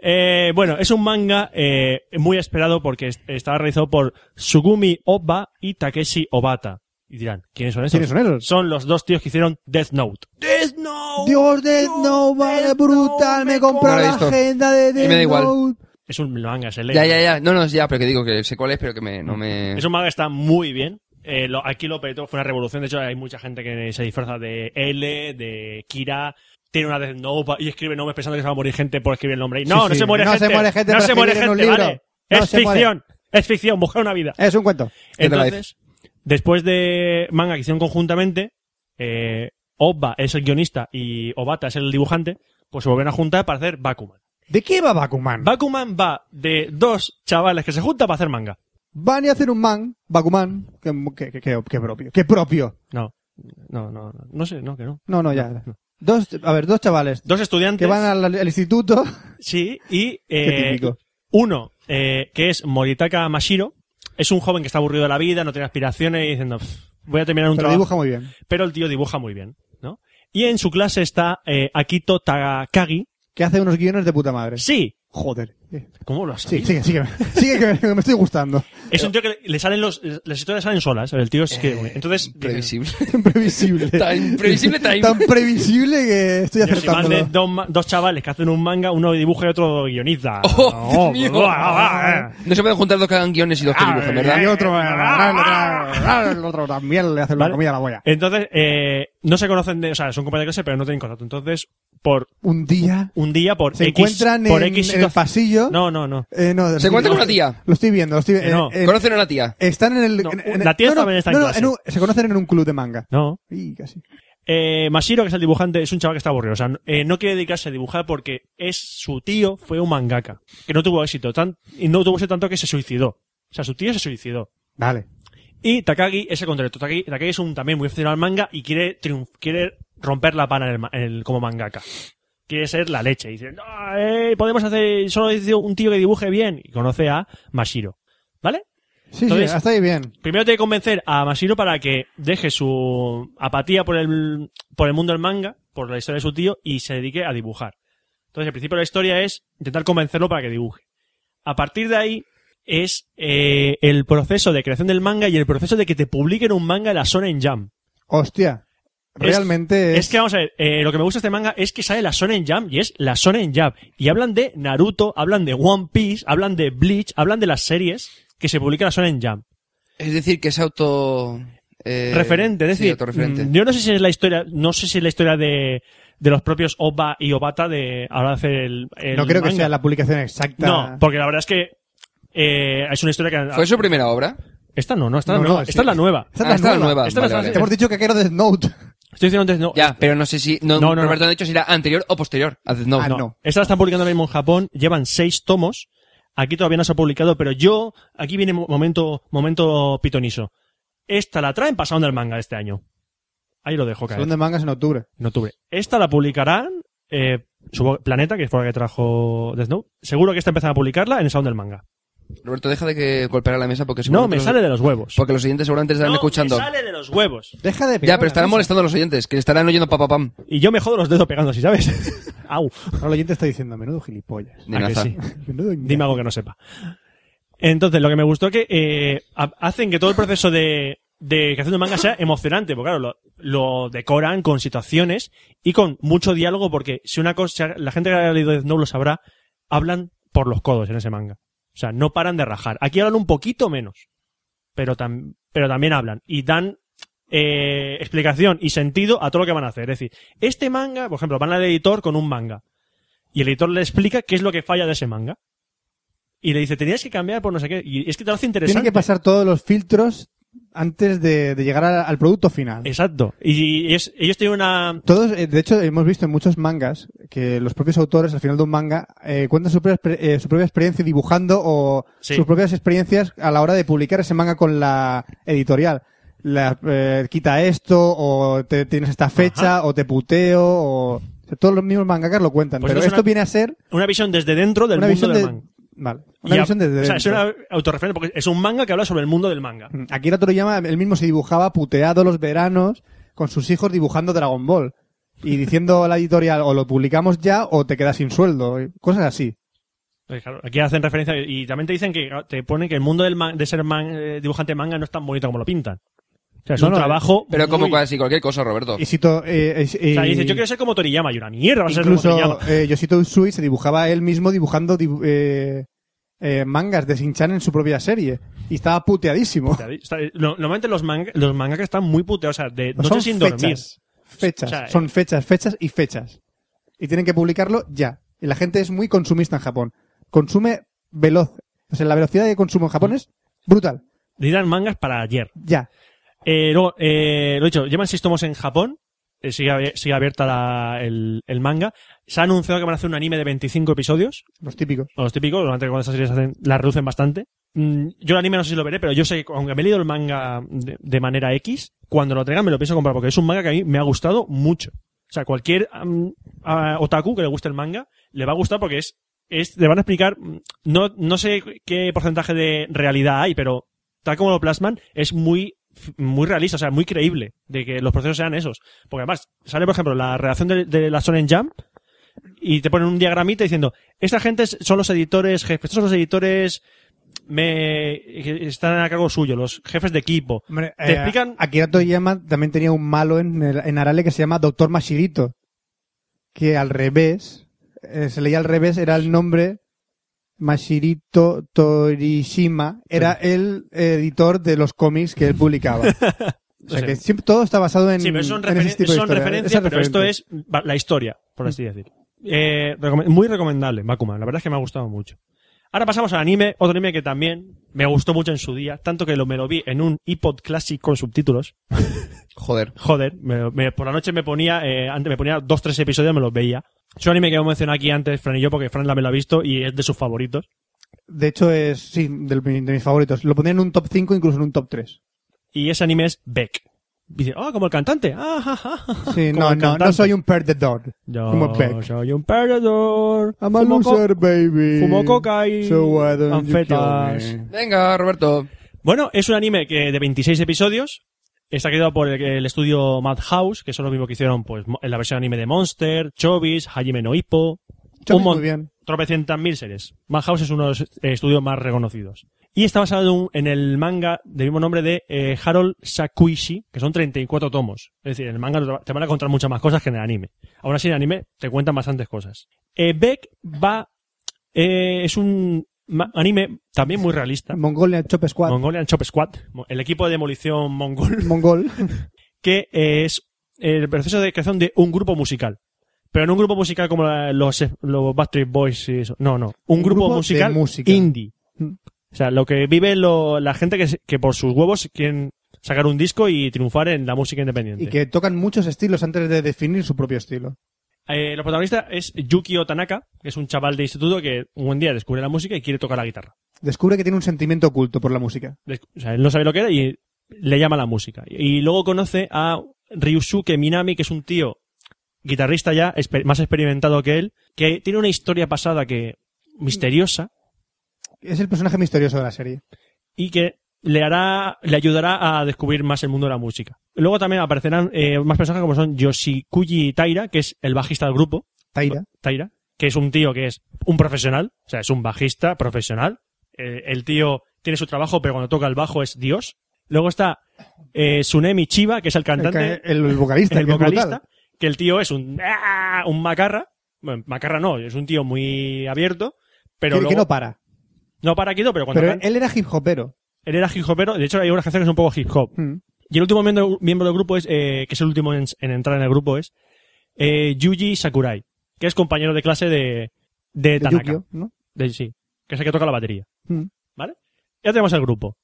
Eh, bueno, es un manga eh, muy esperado porque es- está realizado por Sugumi Oba y Takeshi Obata. Y dirán, ¿quiénes son esos?
¿Quiénes son esos?
Son los dos tíos que hicieron Death Note. ¡Death Note!
Dios, Death Note, vale,
Death
brutal.
Note,
Me compró
No lo he
la
visto.
agenda de Death
me da igual.
Note.
Es un manga, se lee.
Ya, ya, ya. No, no, ya, pero que digo que sé cuál es, pero que me, no me...
Es un manga que está muy bien. Eh, lo- aquí lo petó, fue una revolución. De hecho, hay mucha gente que se disfraza de L, de Kira. Tiene una Death Note pa- y escribe nombres pensando que se va a morir gente por escribir el nombre. Y no,
Sí,
no
sí.
se muere
No se
gente.
muere gente
No
por
se muere
escribir en un
gente,
libro.
vale.
No
es
se muere.
ficción. Es ficción. Buscar una vida.
Es un cuento.
Dead Life.
Entonces, después de manga que hicieron conjuntamente, eh, Obba es el guionista y Obata es el dibujante, pues se volvieron a juntar para hacer Bakuman.
¿De qué va Bakuman?
Bakuman va de dos chavales que se juntan para hacer manga.
Van y hacen un man, Bakuman, que, que, que, que- que propio. Que propio.
No, no, no, no, no sé, no, que no.
No, no, ya. Dos, a ver, dos chavales
Dos estudiantes,
que van al, al instituto.
sí, y
Qué
eh,
típico.
uno eh, que es Moritaka Mashiro, es un joven que está aburrido de la vida, no tiene aspiraciones y diciendo, "Pff, voy a terminar un
<laughs> Pero
trabajo.
dibuja muy bien.
Pero el tío dibuja muy bien, ¿no? Y en su clase está eh, Akito Takagi.
Que hace unos guiones de puta madre.
Sí,
Joder.
¿Cómo lo has
Sí,
sabido?
sigue, sigue. Sigue que me- que me <laughs> estoy gustando.
Es un tío que le- le salen los, las historias salen solas. El tío es que, entonces,
Previsible. <laughs>
Imprevisible.
Tan imprevisible, tan-
Tan previsible que estoy
Yo soy más de
acertándolo.
dos, ma- dos chavales que hacen un manga, uno dibuja y otro guioniza.
<laughs> ¡Oh, Dios mío!
pues, va, va, eh. Ah,
No se pueden juntar dos que hagan guiones y dos que dibujan, ¿verdad?
Y otro, el otro también le hace la
Vale.
comida a la boya.
Entonces, eh, no se conocen, de, o sea, son compañeros de clase, pero no tienen contacto. Entonces, por
Un día
un día, por
se
X,
encuentran
por
en,
X
en el
situación-
pasillo.
No, no, no.
Eh, no, lo
Se
estoy
encuentran con
viendo.
una tía.
Lo estoy viendo, lo estoy viendo.
No.
Eh, eh,
¿Conocen a una tía?
Están en el.
No,
en- en-
la tía
no, no,
también está en
no, no,
clase.
un- se conocen en un club de manga.
No.
Y casi.
Eh, Mashiro, que es el dibujante, es un chaval que está aburrido. O sea, eh, no quiere dedicarse a dibujar porque es su tío fue un mangaka. Que no tuvo éxito. Tan, y no tuvo éxito tanto que se suicidó. O sea, su tío se suicidó.
Vale.
Y Takagi es el contrario. Takagi, Takagi es un también muy aficionado al manga y quiere triunf- quiere romper la pana en el ma- en el- como mangaka. Quiere ser la leche. Y dice, no, eh, podemos hacer solo dice un tío que dibuje bien. Y conoce a Mashiro. ¿Vale?
Sí,
Entonces-
sí, hasta ahí bien.
Primero tiene que convencer a Mashiro para que deje su apatía por el, por el mundo del manga, por la historia de su tío, y se dedique a dibujar. Entonces, el principio de la historia es intentar convencerlo para que dibuje. A partir de ahí es eh, el proceso de creación del manga y el proceso de que te publiquen un manga en la Shonen Jam.
Hostia. Realmente es.
Es que, vamos a ver, eh, lo que me gusta de este manga es que sale la Shonen Jam y es la Shonen Jam. Y hablan de Naruto, hablan de One Piece, hablan de Bleach, hablan de las series que se publican en la Shonen Jam.
Es decir, que es auto... eh,
referente, es
sí,
decir,
autorreferente.
mm, yo no sé si es la historia, no sé si es la historia de, de los propios Oba y Obata de ahora hacer el, el
no creo que
manga.
sea la publicación exacta.
No, porque la verdad es que eh, es una historia que
¿Fue su primera obra?
Esta no, no, esta, es
No,
la
no,
nueva,
sí.
esta es la nueva.
Esta es
Ah, esta es
la nueva.
nueva.
Esta es la
Vale,
nueva.
vale.
Hemos dicho que quiero Death Note.
Estoy diciendo antes, no.
Ya, pero no sé si. No,
No, no,
Roberto
no.
ha dicho si era anterior o posterior. a Death Note.
Ah,
no.
no.
Esta la están publicando ahora mismo en Japón, llevan seis tomos. Aquí todavía no se ha publicado, pero yo, aquí viene mo- momento, momento pitoniso. Esta la traen pasando el manga este año. Ahí lo dejo caer.
Son de mangas en octubre.
en octubre. Esta la publicarán, eh, supongo- Planeta, que fue la que trajo Death Note. Seguro que esta empezará a publicarla en el Sound del Manga.
Roberto, deja de que golpeara la mesa porque
No,
seguro que
me
los-
sale de los huevos.
Porque los oyentes seguramente estarán
No,
escuchando.
Me sale de los huevos.
Deja de pegar.
Ya, pero estarán molestando a los oyentes, que estarán oyendo papapam.
Y yo me jodo los dedos pegando así, ¿sabes? <laughs> Au.
Ahora el oyente está diciendo, menudo gilipollas.
De
¿A que
Nazar.
sí?
<laughs> Menudo
Dime algo que no sepa. Entonces, lo que me gustó que eh, ha- hacen que todo el proceso de, de creación de manga sea emocionante, porque claro, lo, lo decoran con situaciones y con mucho diálogo, porque si una cosa, la gente que ha leído Death Note lo sabrá, hablan por los codos en ese manga. O sea, no paran de rajar. Aquí hablan un poquito menos, pero, tam- pero también hablan y dan eh, explicación y sentido a todo lo que van a hacer. Es decir, este manga, por ejemplo, van al editor con un manga y el editor le explica qué es lo que falla de ese manga. Y le dice, tenías que cambiar por no sé qué. Y es que te lo hace interesante.
Tienen que pasar todos los filtros antes de, de llegar a- al producto final.
Exacto. Y es- ellos tienen una...
Todos, eh, de hecho, hemos visto en muchos mangas que los propios autores, al final de un manga, eh, cuentan su propia, exper- eh, su propia experiencia dibujando o
Sí.
sus propias experiencias a la hora de publicar ese manga con la editorial. La, eh, quita esto, o te, tienes esta fecha, o te puteo, o... o sea, todos los mismos mangakas lo cuentan.
Pues
pero
esto es
esto
una-
viene a ser
Una visión desde dentro del
una
mundo
visión
del
de...
manga.
Vale. Una
Y a-
visión desde
O sea, es
dentro.
una autorreferencia porque es un manga que habla sobre el mundo del manga.
Mm, Akira Toriyama, él mismo se dibujaba puteado los veranos con sus hijos dibujando Dragon Ball. Y diciendo a la editorial, o lo publicamos ya o te quedas sin sueldo. y Cosas así.
Pues claro, aquí hacen referencia y también te dicen que te ponen que el mundo del man- de ser man- eh, dibujante de manga no es tan bonito como lo pintan. O sea, es
No,
un
no,
trabajo.
Pero como
muy-
casi cualquier cosa, Roberto.
Y Sito, eh, eh,
O sea,
eh,
dices, yo quiero ser como Toriyama y una mierda va a ser como Toriyama.
incluso eh, Yoshito Usui se dibujaba él mismo dibujando dibu- eh, eh, mangas de Shinchan en su propia serie. Y estaba puteadísimo.
O sea, está- eh, no- normalmente los, manga, los mangakas están muy puteados, o sea, de
son
noche sin
fechas.
dormir.
Fechas.
O sea, eh,
son fechas, fechas y fechas. Y tienen que publicarlo ya. Y la gente es muy consumista en Japón. Consume veloz. O sea, la velocidad de consumo en Japón es brutal.
Dirán mangas para ayer.
Ya.
Eh, luego, eh, lo he dicho, llevan seis tomos en Japón. eh, sigue, abi- sigue abierta la- el, el manga. Se ha anunciado que van a hacer un anime de 25 episodios.
Los típicos.
Los típicos, normalmente cuando estas series hacen, las reducen bastante. Mm, yo el anime no sé si lo veré, pero yo sé que, aunque me he leído el manga de, de manera X, cuando lo traigan me lo pienso comprar, porque es un manga que a mí me ha gustado mucho. O sea, cualquier am, a- otaku que le guste el manga, le va a gustar porque es, es le van a explicar, mm, no, no sé qué porcentaje de realidad hay, pero tal como lo plasman, es muy muy realista, o sea, muy creíble de que los procesos sean esos. Porque además, sale, por ejemplo, la redacción de, de la Sonen Jump y te ponen un diagramita diciendo, esta gente es- son los editores jefes, estos son los editores me, que están a cargo suyo, los jefes de equipo. Te explican-
eh, Akira Toriyama también tenía un malo en, el- en Arale que se llama Doctor Mashirito. Que al revés, eh, se leía al revés, era el nombre Mashirito Torishima. Era el editor de los cómics que
<laughs>
él publicaba. O sea,
Sí.
que siempre, todo está basado en,
Sí, pero son,
en ese
referen-
tipo
son
de historia, ¿eh?
referencias,
esas
pero esto
referentes.
es va- la historia, por
Mm.
así decir. Eh, recome- muy recomendable, Bakuman. La verdad es que me ha gustado mucho. Ahora pasamos al anime, otro anime que también me gustó mucho en su día, tanto que lo, me lo vi en un iPod Classic con subtítulos.
Joder.
Joder, me- me- por la noche me ponía, eh, antes me ponía dos, tres episodios, me los veía. Es un anime que hemos mencionado aquí antes, Fran y yo, porque Fran la me lo ha visto y es de sus favoritos.
De hecho, es, sí, del- de, mis favoritos. Lo pondría en un top 5, incluso en un top
<laughs>
3.
Y ese anime es Beck. Y dice, ah, como el cantante. Ah, ja, ja, ja.
Sí,
Como
no,
el
no, no
cantante.
soy un perdedor.
Yo
como Beck.
soy un perdedor.
I'm a
Fumo co-
loser, baby.
fumo coca y
So why don't you
anfetas.
kill me?
Venga, Roberto.
Bueno, es un anime que de 26 episodios. Está creado por el, el estudio Madhouse, que son los mismos que hicieron pues mo- en la versión anime de Monster, Chobis, Hajime no Ippo.
Chobis,
mon-
muy bien.
Tropecientas mil series. Madhouse es uno de los eh, estudios más reconocidos. Y está basado en, un- en el manga del mismo nombre de eh, Harold Sakuishi, que son 34 tomos. Es decir, en el manga no te va- te van a contar muchas más cosas que en el anime. Aún así, en el anime te cuentan bastantes cosas. Eh, Beck va... eh, es un ma- anime también muy realista.
Mongolia Chop Squad.
Mongolian Chop Squad, mo- el equipo de demolición mongol,
<laughs>
<laughs>
Mongol.
que eh, es el proceso de creación de un grupo musical. Pero no un grupo musical como la- los, los Backstreet Boys y eso. No, no. Un,
Un
grupo,
grupo de
musical
música.
indie. O sea, lo que vive lo- la gente que, se- que por sus huevos quieren sacar un disco y triunfar en la música independiente.
Y que tocan muchos estilos antes de definir su propio estilo.
Eh, la protagonista es Yukio Tanaka, que es un chaval de instituto que un buen día descubre la música y quiere tocar la guitarra.
Descubre que tiene un sentimiento oculto por la música.
Des- O sea, él no sabe lo que era y le llama la música. Y luego conoce a Ryusuke Minami, que es un tío guitarrista ya, exper- más experimentado que él, que tiene una historia pasada que misteriosa
Es el personaje misterioso de la serie.
y que le hará, le ayudará a descubrir más el mundo de la música. Luego también aparecerán eh, más personajes como son Yoshikuji Taira, que es el bajista del grupo,
Taira.
Taira, que es un tío que es un profesional, o sea, es un bajista profesional. Eh, el tío tiene su trabajo, pero cuando toca el bajo es Dios. Luego está eh, Tsunemi Chiba, que es el
El,
cantante,
ca- el- el vocalista.
el
que es brutal.
vocalista, que el tío es un, ¡ah! un macarra. Bueno, macarra no, es un tío muy abierto, pero
que, que
luego-
no para.
no para quieto, pero cuando
Pero
canta-
él era hip hopero.
él era hip hopero, de hecho hay unas canciones un poco hip hop.
Mm.
Y el último miembro, miembro del grupo es, eh, que es el último en, en entrar en el grupo es eh, Yuji Sakurai, que es compañero de clase de, de,
De
Tanaka.
Yukio, ¿no?
De- sí, que es el que toca la batería.
Mm.
¿Vale? Ya tenemos el grupo.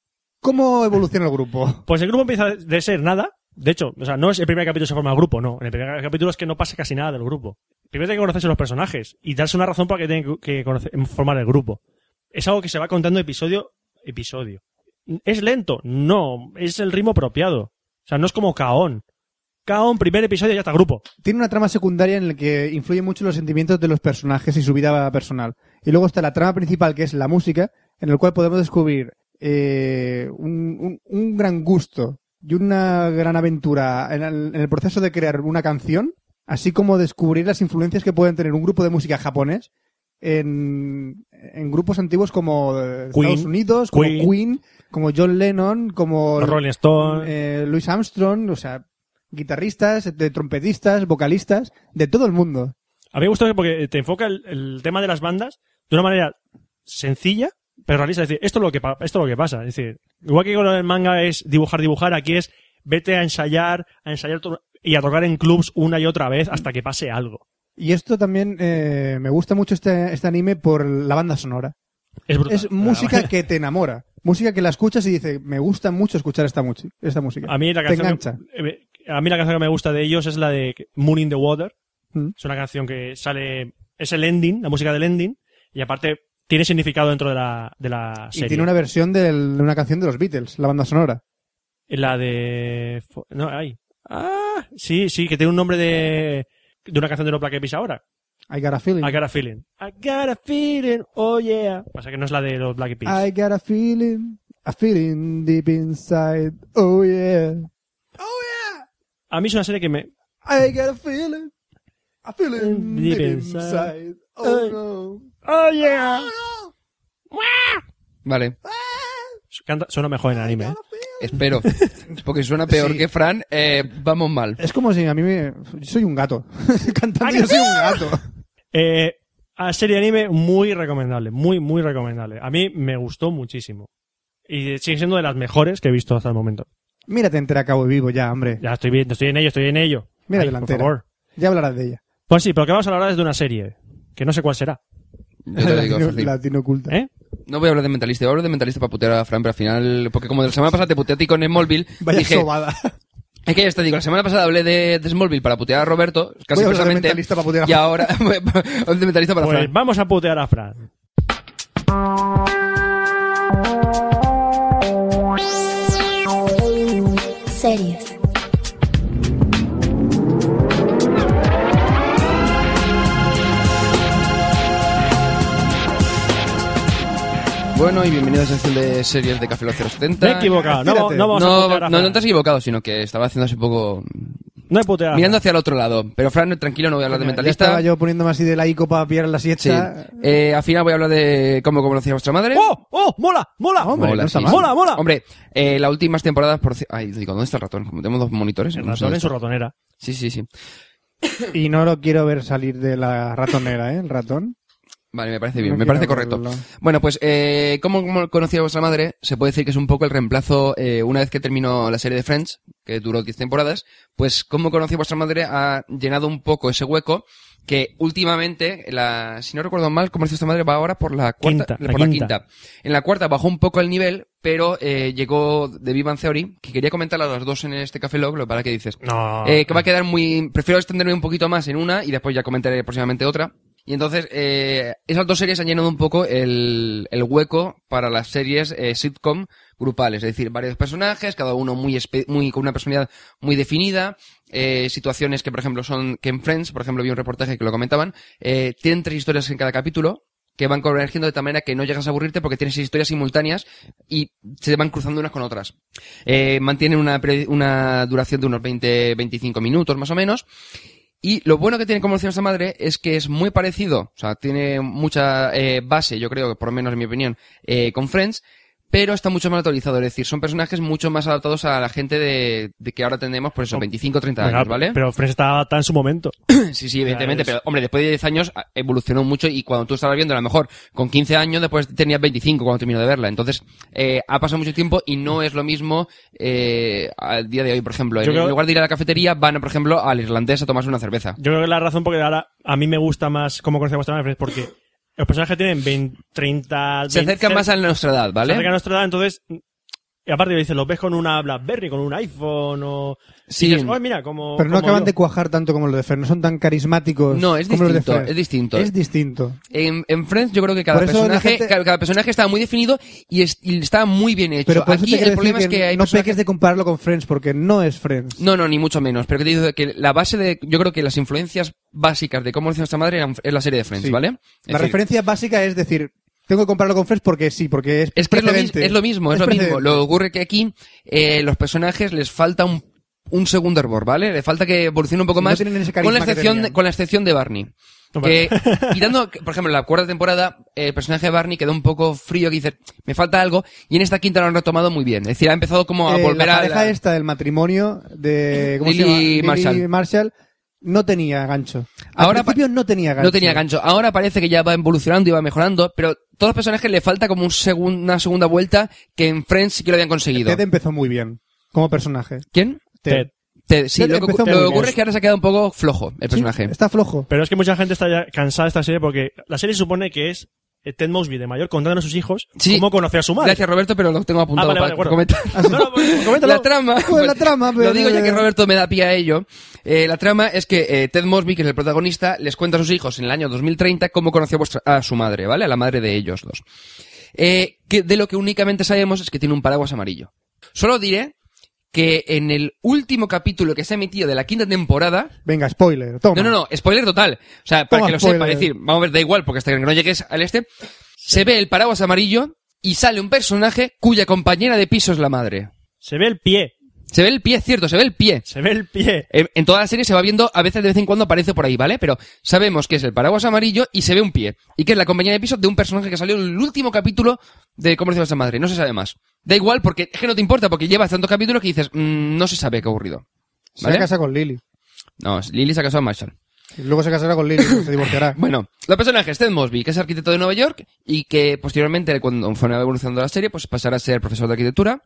¿Cómo evoluciona el grupo?
Pues el grupo empieza de ser nada. De hecho, o sea, no es el primer capítulo se forma el grupo, no. En el primer capítulo es que no pasa casi nada del grupo. Primero tienen que conocerse los personajes y darse una razón para que tienen que conocer- formar el grupo. Es algo que se va contando episodio episodio. ¿Es lento? No. Es el ritmo apropiado. O sea, no es como Caón. Caón, primer episodio, ya está grupo.
Tiene una trama secundaria en la que influyen mucho los sentimientos de los personajes y su vida personal. Y luego está la trama principal, que es la música, en el cual podemos descubrir eh, un, un- un gran gusto y una gran aventura en el, en el proceso de crear una canción, así como descubrir las influencias que pueden tener un grupo de música japonés en, en grupos antiguos como eh, Estados
Queen,
Unidos, como
Queen.
Queen, como John Lennon, como
Los Rolling Stone.
eh, Louis Armstrong, o sea, guitarristas, de trompetistas, vocalistas, de todo el mundo.
A mí me gusta porque te enfoca el, el tema de las bandas de una manera sencilla, pero realista. Es decir, esto es lo que, pa- esto es lo que pasa. Es decir, igual que con el manga es dibujar, dibujar, aquí es vete a ensayar, a ensayar to- y a tocar en clubs una y otra vez hasta que pase algo.
Y esto también eh, me gusta mucho este, este anime por la banda sonora.
Es brutal.
Es música que te enamora, música que la escuchas y dices, me gusta mucho escuchar esta, muchi- esta música.
<laughs> A mí la
te
canción,
engancha.
que- eh, a mí la canción que me gusta de ellos es la de Moon in the Water.
Mm.
Es una canción que sale, es el ending, la música del ending, y aparte tiene significado dentro de la, de la serie.
Y tiene una versión del- de una canción de los Beatles, la banda sonora.
La de. fo- No, ay. Ah, sí, sí, que tiene un nombre de. De una canción de Lopla que pisa ahora.
I got a feeling.
I got a feeling. I got a feeling, oh yeah. Pasa que no es la de los Black Eyed Peas.
I got a feeling, a feeling deep inside, oh yeah.
A mí es una serie que me.
I got a feeling, a feeling
Deep
deep,
inside.
inside.
Oh.
oh no.
Oh yeah.
Vale,
Canta, suena mejor en anime. ¿eh? <laughs>
espero. Porque suena peor
Sí.
que Fran, eh, vamos mal.
Es como si a mí me... Yo soy un gato. <laughs> Cantando yo soy un gato.
Eh, a serie de anime muy recomendable, muy, muy recomendable. A mí me gustó muchísimo. Y sigue siendo de las mejores que he visto hasta el momento.
Mírate entera a Cabo Vivo ya, hombre.
Ya estoy viendo, estoy en ello, estoy en ello.
Mira
Ay,
delantera.
Por favor.
Ya hablarás de ella.
Pues sí, pero lo que vamos a hablar es de una serie. Que no sé cuál será.
Yo te
<laughs>
lo
<laughs>
digo,
Latino,
fácil.
latino oculta.
¿Eh?
No voy a hablar de mentalista, voy a hablar de mentalista para putear a Fran, pero al final, porque como de la semana pasada te puteé a ti con Smallville,
Vaya
dije,
sobada.
es que ya te digo, la semana pasada hablé de, de Smallville para putear a Roberto, casi
Voy a hablar de
precisamente,
mentalista para putear a
y
Fran.
ahora, <laughs> voy a- de mentalista para
Pues
Fran.
vamos a putear a Fran.
Series.
Bueno, y bienvenidos a la sección de series de Café Lock 070.
Me he equivocado, no,
Tírate.
no vamos a
No,
putear a
no,
Fran.
no te has equivocado, sino que estaba haciendo así un poco...
No he puteado.
Mirando hacia el otro lado. Pero Fran, tranquilo, no voy a hablar de
Ya
mentalista.
estaba yo poniéndome así de laico para pillar la
Sí.
siesta.
Eh, al final voy a hablar de cómo conocí a vuestra madre.
¡Oh! ¡Oh! ¡Mola! ¡Mola!
Hombre, no está
sí,
mal.
sí.
Mola, mola.
Hombre, eh, las últimas temporadas por... ci- Ay, digo, ¿dónde está el ratón? Como tenemos dos monitores.
El
no
ratón
sé dónde
en su
está.
ratonera.
Sí, sí, sí.
Y no lo quiero ver salir de la ratonera, ¿eh? El ratón.
Vale, me parece bien,
No
me parece
quiero
correcto.
verlo.
Bueno, pues, eh, ¿cómo, cómo conocí a vuestra madre? Se puede decir que es un poco el reemplazo, eh, una vez que terminó la serie de Friends, que duró 10 temporadas, pues, ¿cómo conocí a vuestra madre? Ha llenado un poco ese hueco que últimamente, la, si no recuerdo mal, Comercio esta madre va ahora por la cuarta,
Quinta,
eh,
la
por la
quinta.
quinta. En la cuarta bajó un poco el nivel, pero eh, llegó de Vivan Theory, que quería comentar a las dos en este Café Log, lo para que dices.
No.
Eh, que va a quedar muy... Prefiero extenderme un poquito más en una y después ya comentaré próximamente otra. Y entonces, eh, esas dos series han llenado un poco el, el hueco para las series eh, sitcom grupales. Es decir, varios personajes, cada uno muy, espe- muy con una personalidad muy definida. eh, situaciones que, por ejemplo, son... Que en Friends, por ejemplo, vi un reportaje que lo comentaban. eh, tienen tres historias en cada capítulo que van convergiendo de tal manera que no llegas a aburrirte porque tienes historias simultáneas y se van cruzando unas con otras. Eh, mantienen una, pre- una duración de unos 20-25 minutos más o menos. Y lo bueno que tiene como esta madre es que es muy parecido, o sea, tiene mucha eh, base, yo creo, por lo menos en mi opinión, eh, con Friends, pero está mucho más actualizado, es decir, son personajes mucho más adaptados a la gente de, de que ahora tenemos, por eso, 25-30
Venga,
años, ¿vale?
Pero Friends estaba tan en su momento.
Sí, sí, evidentemente,
es-
pero hombre, después de 10 años ah, evolucionó mucho y cuando tú estabas viendo, a lo mejor con 15 años, después tenías 25 cuando terminó de verla. Entonces, eh, ha pasado mucho tiempo y no es lo mismo eh, al día de hoy, por ejemplo. En,
Yo creo-
en lugar de ir a la cafetería, van, por ejemplo, al irlandés a tomarse una cerveza.
Yo creo que la razón por la que ahora a mí me gusta más cómo conocemos a Friends porque los personajes tienen 20, 30...
Se
20,
acercan más a nuestra edad,
se
¿eh?
acercan a
¿vale?
nuestra edad, entonces... Y aparte dices, los ves con una BlackBerry, con un iPhone o...
Sí.
Y dices, "Ay, mira, como...
Pero no
como
acaban
yo".
de cuajar tanto como los de Fer, no son tan carismáticos
No, es
como los de
distinto,
Fer.
es distinto.
Es distinto.
En, en Friends yo creo que cada
Por eso la
personaje,
gente-
cada, cada personaje estaba muy definido y, es- y estaba muy bien hecho.
Pero por eso
Aquí
te quiero
el problema es
decir
que, hay
no
personajes-
peques de compararlo con Friends, porque no es Friends.
No, no, ni mucho menos. Pero que te digo que la base de. Yo creo que las influencias básicas de cómo lo hizo nuestra madre eran- es la serie de Friends,
Sí.
¿vale? Es
La
decir,
referencia básica es decir, tengo que compararlo con Friends porque sí, porque es
Es que es lo, mis-
precedente.
es lo mismo, es, lo mismo.
precedente.
Lo que ocurre que aquí eh, los personajes les falta un, un segundo hervor, ¿vale? Le falta que evolucione un poco
No
más.
tienen ese
con, la
carisma que
excepción de,
tenían.
con la excepción de Barney.
Hombre.
Que,
<laughs>
quitando, que, por ejemplo, en la cuarta temporada, el personaje de Barney quedó un poco frío, que dice, me falta algo, y en esta quinta lo han retomado muy bien. Es decir, ha empezado como a
<laughs> Eh,
volver
la
a...
pareja
la-
esta del matrimonio de ¿cómo
Lily
se llama? Lily
Marshall.
Marshall no tenía gancho. Al
Ahora pa-
principio no tenía gancho.
No tenía gancho. Ahora parece que ya va evolucionando y va mejorando, pero todos los personajes le falta como un segun- una segunda vuelta que en Friends sí que lo habían conseguido.
Ted empezó muy bien como personaje.
¿Quién?
Ted.
Ted. Sí,
Ted
lo que, ocu- lo
empezó muy
que
bien.
ocurre es que ahora se ha quedado un poco flojo el
Sí,
personaje.
está flojo.
Pero es que mucha gente está ya cansada de esta serie porque la serie supone que es eh, Ted Mosby de mayor contando a sus hijos
Sí.
cómo conoció a su madre.
Gracias, Roberto, pero lo tengo
Ah,
apuntado
vale, vale,
para
de acuerdo. <laughs>
comentar.
No, no, pues, coméntalo.
<laughs> La trama.
<laughs> Joder, la trama, pero-
Lo digo ya que Roberto me da pie a ello. Eh, la trama es que eh, Ted Mosby, que es el protagonista, les cuenta a sus hijos en el año 2030 cómo conoció a vuestra- a su madre, ¿vale? A la madre de ellos dos. Eh, que de lo que únicamente sabemos es que tiene un paraguas amarillo. Solo diré que en el último capítulo que se ha emitido de la quinta temporada,
Venga, spoiler. Toma.
no, no, no, spoiler total. O sea, para
Toma,
que lo
spoiler.
sepa, es decir, vamos a ver, da igual, porque hasta que no llegues al este, se ve el paraguas amarillo y sale un personaje cuya compañera de piso es la madre.
Se ve el pie,
Se ve el pie, cierto, se ve el pie.
se ve el pie.
En, en toda la serie se va viendo, a veces de vez en cuando aparece por ahí, ¿vale? Pero sabemos que es el paraguas amarillo y se ve un pie. Y que es la compañera de piso de un personaje que salió en el último capítulo de Comercio de esa madre. No se sabe más. Da igual, porque es que no te importa, porque llevas tantos capítulos que dices, mm, no se sabe qué ha ocurrido.
Se
¿Vale?
casa con Lily.
No, Lily se ha casado a Marshall.
Y Luego se casará con Lily, y se divorciará.
<laughs> Bueno, la personaje es Ted Mosby, que es arquitecto de Nueva York y que posteriormente, cuando fue evolucionando la serie, pues pasará a ser profesor de arquitectura.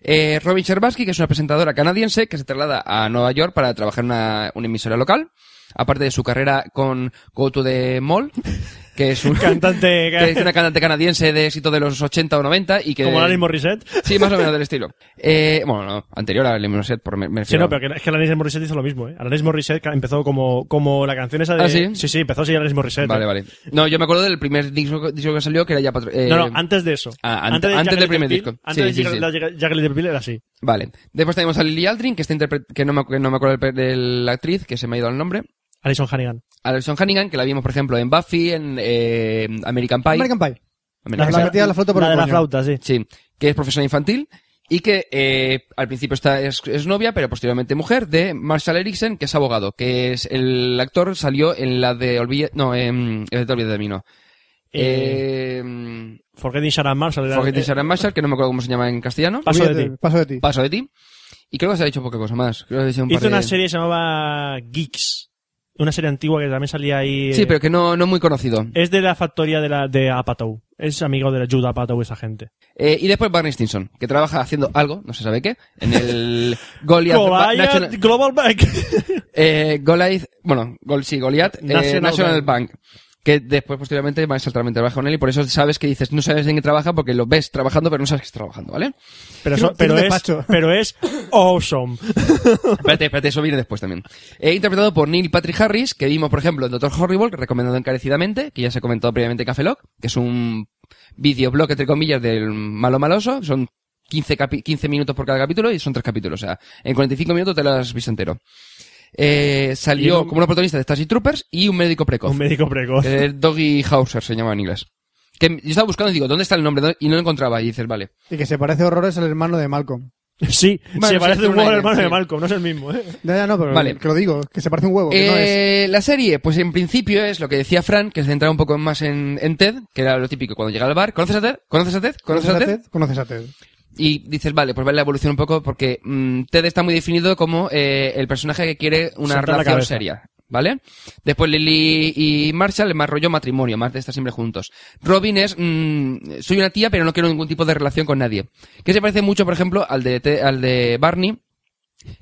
Eh, Robin Cherbatsky, que es una presentadora canadiense que se traslada a Nueva York para trabajar en una, una emisora local. Aparte de su carrera con Go to the Mall, que es,
<laughs>
un-
Cantante-
<laughs> que es una cantante canadiense de éxito de los 80 o 90 y que...
Como Alanis Morissette.
<laughs> Sí, más o menos del estilo. Eh, bueno, no, anterior a Alanis Morissette, por me, me
Sí,
refiero.
no, pero que, es que Alanis Morissette hizo lo mismo, ¿eh? Alanis Morissette ca- empezó como, como la canción esa de...
¿Ah, sí?
Sí, sí, empezó así Alanis Morissette. ¿eh?
Vale, vale. No, yo me acuerdo del primer disco, disco que salió, que era ya... patro- eh,
No, no, antes de eso.
Ah, ante- antes
Jagger
del primer
Little
disco.
Pill, Antes
Sí, sí,
de
sí.
Jagger- Jagger Little Pill era así.
Vale. Después tenemos a Lily Aldrin, que, está interpre- que, no me, acu- que no me acuerdo el pe- de la actriz, que se me ha ido el nombre.
Alison Hannigan.
Alison Hannigan, que la vimos, por ejemplo, en Buffy, en eh, American Pie.
American Pie.
American
La-
Pie.
que tira la flauta por
la
el
de la
coño.
flauta, sí.
Sí, que es profesora infantil y que eh, al principio está, es, es novia, pero posteriormente mujer, de Marshall Erickson, que es abogado, que es el actor, salió en la de Olvide... No, en... eh, te olvides de mí, no. Eh,
Forgetting Sharon Marshall. era-
Forgetting
eh,
Sarah Marshall, que no me acuerdo cómo se llama en castellano.
Paso de
Olvídate,
ti.
Paso de ti.
Paso de ti. Y creo que se ha dicho poca cosa más. Creo que se ha dicho un par
Hizo
de-
una serie que se llamaba Geeks. Una serie antigua que también salía ahí.
Sí,
eh,
pero que no, no muy conocido.
Es de la factoría de, la, de Apatow. Es amigo de la Jude Apatow, esa gente.
Eh, y después Barney Stinson, que trabaja haciendo algo, no se sabe qué, en el Goliath
Goliath
National-
Global
<laughs>
Bank.
Eh, Goliath, bueno, Gol, sí, Goliath, eh,
National
National,
Bank.
Bank. Que después, posteriormente, Van Saltramen trabaja con él y por eso sabes que dices, no sabes en qué trabaja porque lo ves trabajando, pero no sabes que está trabajando, ¿vale?
pero,
Tiene
eso-
un- tiene
pero,
un
es,
despacho.
pero es awesome.
espérate, espérate, eso viene después también. Eh, interpretado por Neil Patrick Harris, que vimos, por ejemplo, en Doctor Horrible, recomendado encarecidamente, que ya se ha comentado previamente en Café Lock, que es un videoblog, entre comillas, del malo maloso. Son 15, capi- 15 minutos por cada capítulo y son tres capítulos. O sea, en 45 minutos te lo has visto entero. Eh,
Y
salió
un-
como una protagonista de Starship Troopers y un médico precoz.
Un médico precoz.
Que es Doggy Hauser se llamaba en inglés. Que yo estaba buscando y digo, ¿dónde está el nombre? ¿Dónde- Y no lo encontraba. Y dices, vale.
Y que se parece horrores al hermano de Malcolm.
<laughs> Sí,
Bueno,
se
sí,
parece
es
un
una
huevo al
idea,
hermano de
sí.
Malcolm, no es el mismo, ¿eh?
Ya, ya, no, pero
Vale.
que lo digo, que se parece un huevo, que no es.
Eh, La serie, pues en principio es lo que decía Fran, que se centraba un poco más en, en Ted, que era lo típico cuando llega al bar. ¿Conoces a Ted? ¿Conoces a Ted? ¿Conoces a Ted?
Conoces a Ted.
Y dices, vale, pues vale la evolución un poco porque mm, Ted está muy definido como eh, el personaje que quiere una
Saltar la
relación
cabeza.
seria. ¿Vale? Después Lily y Marshall, más rollo matrimonio, más de estar siempre juntos. Robin es, mm, soy una tía, pero no quiero ningún tipo de relación con nadie. Que se parece mucho, por ejemplo, al de, Te- al de Barney,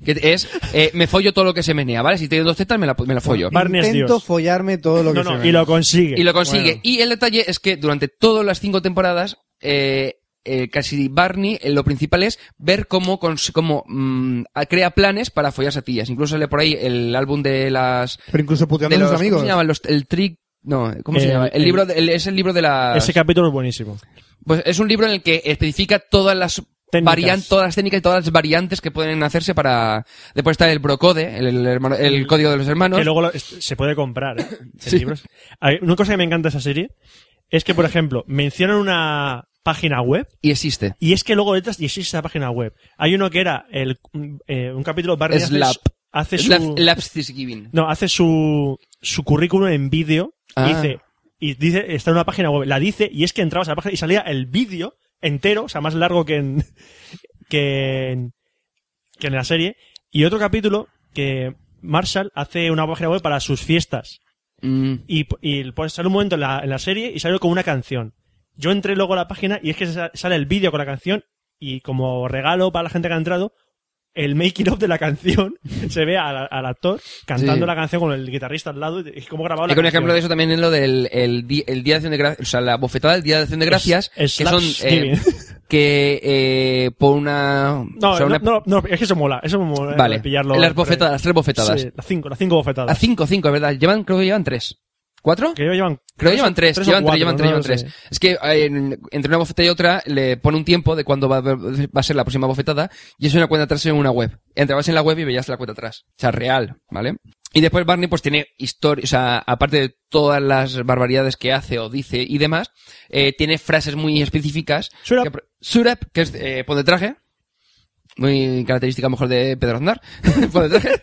que es, eh, me follo todo lo que se menea, ¿vale? Si tiene dos tetas, me la, me la follo.
Barney es
Intento
Dios.
follarme todo lo que
No,
se
no,
ve.
y lo consigue.
Y lo consigue. Y el detalle es que durante todas las cinco temporadas, eh, eh, casi Barney, eh, lo principal es ver cómo, cons- cómo mm, a- crea planes para follarse a tías. Incluso sale por ahí el álbum de las...
Pero incluso
De
puteando
los,
a sus
¿Cómo
amigos.
se llama? Los- el trick... No, ¿cómo se
El-
llama? El,
el-
libro, de- el- es el libro de las...
Eh, Ese capítulo es buenísimo.
Pues es un libro en el que especifica todas las
Técnicas.
variantes, todas las técnicas y todas las variantes que pueden hacerse para... Después está el brocode, el, el hermano- el código de los hermanos.
Mm. Que luego lo- es- se puede comprar, ¿eh? El libro es- Hay- Una cosa que me encanta de esa serie es que, por ejemplo, mencionan una página web
Y existe.
y es que luego detrás y existe esa página web. Hay uno que era el, mm, eh, un capítulo Barney hace
Slap.
su- hace su...
Laps- Lapses Giving.
No, hace su, su currículum en vídeo.
Ah.
Dice, y dice, está en una página web, la dice, y es que entrabas a la página y salía el vídeo entero, o sea, más largo que en, <laughs> que en, que en la serie. Y otro capítulo que Marshall hace una página web para sus fiestas.
Mm.
Y, p- y pues, sale un momento en la, en la serie y sale con una canción. Yo entré luego a la página y es que sa- sale el vídeo con la canción y como regalo para la gente que ha entrado, el making of de la canción <laughs> se ve al, al actor cantando
Sí.
la canción con el guitarrista al lado y como grabado
Y
la
con
canción.
ejemplo de eso también es lo del el, di- el día de acción de gracias, o sea, la bofetada del día de acción de gracias,
Es-
que son, eh,
Slapsgiving.
<laughs> que, eh, por una,
No,
o sea, una-
no, no, no, es que eso mola, eso mola eh,
vale,
pillarlo.
las
en-
bofetadas, las tres bofetadas.
Sí, las cinco, las cinco bofetadas.
A cinco, cinco, es verdad, llevan, creo que llevan tres. ¿Cuatro?
Que llevan,
Creo que llevan tres,
o
llevan
cuatro,
tres, llevan tres,
no
llevan
lo
tres.
sé.
Es que eh, en- entre una bofetada y otra le pone un tiempo de cuándo va, a- va a ser la próxima bofetada y es una cuenta atrás en una web. Entrabas en la web y veías la cuenta atrás. O sea, real, ¿vale? Y después Barney pues tiene historia, o sea, aparte de todas las barbaridades que hace o dice y demás, eh, tiene frases muy específicas.
Shut up.
Que, Surap, que es eh, pon de traje. Muy característica a lo mejor de Pedro Aznar. <laughs> pon de traje.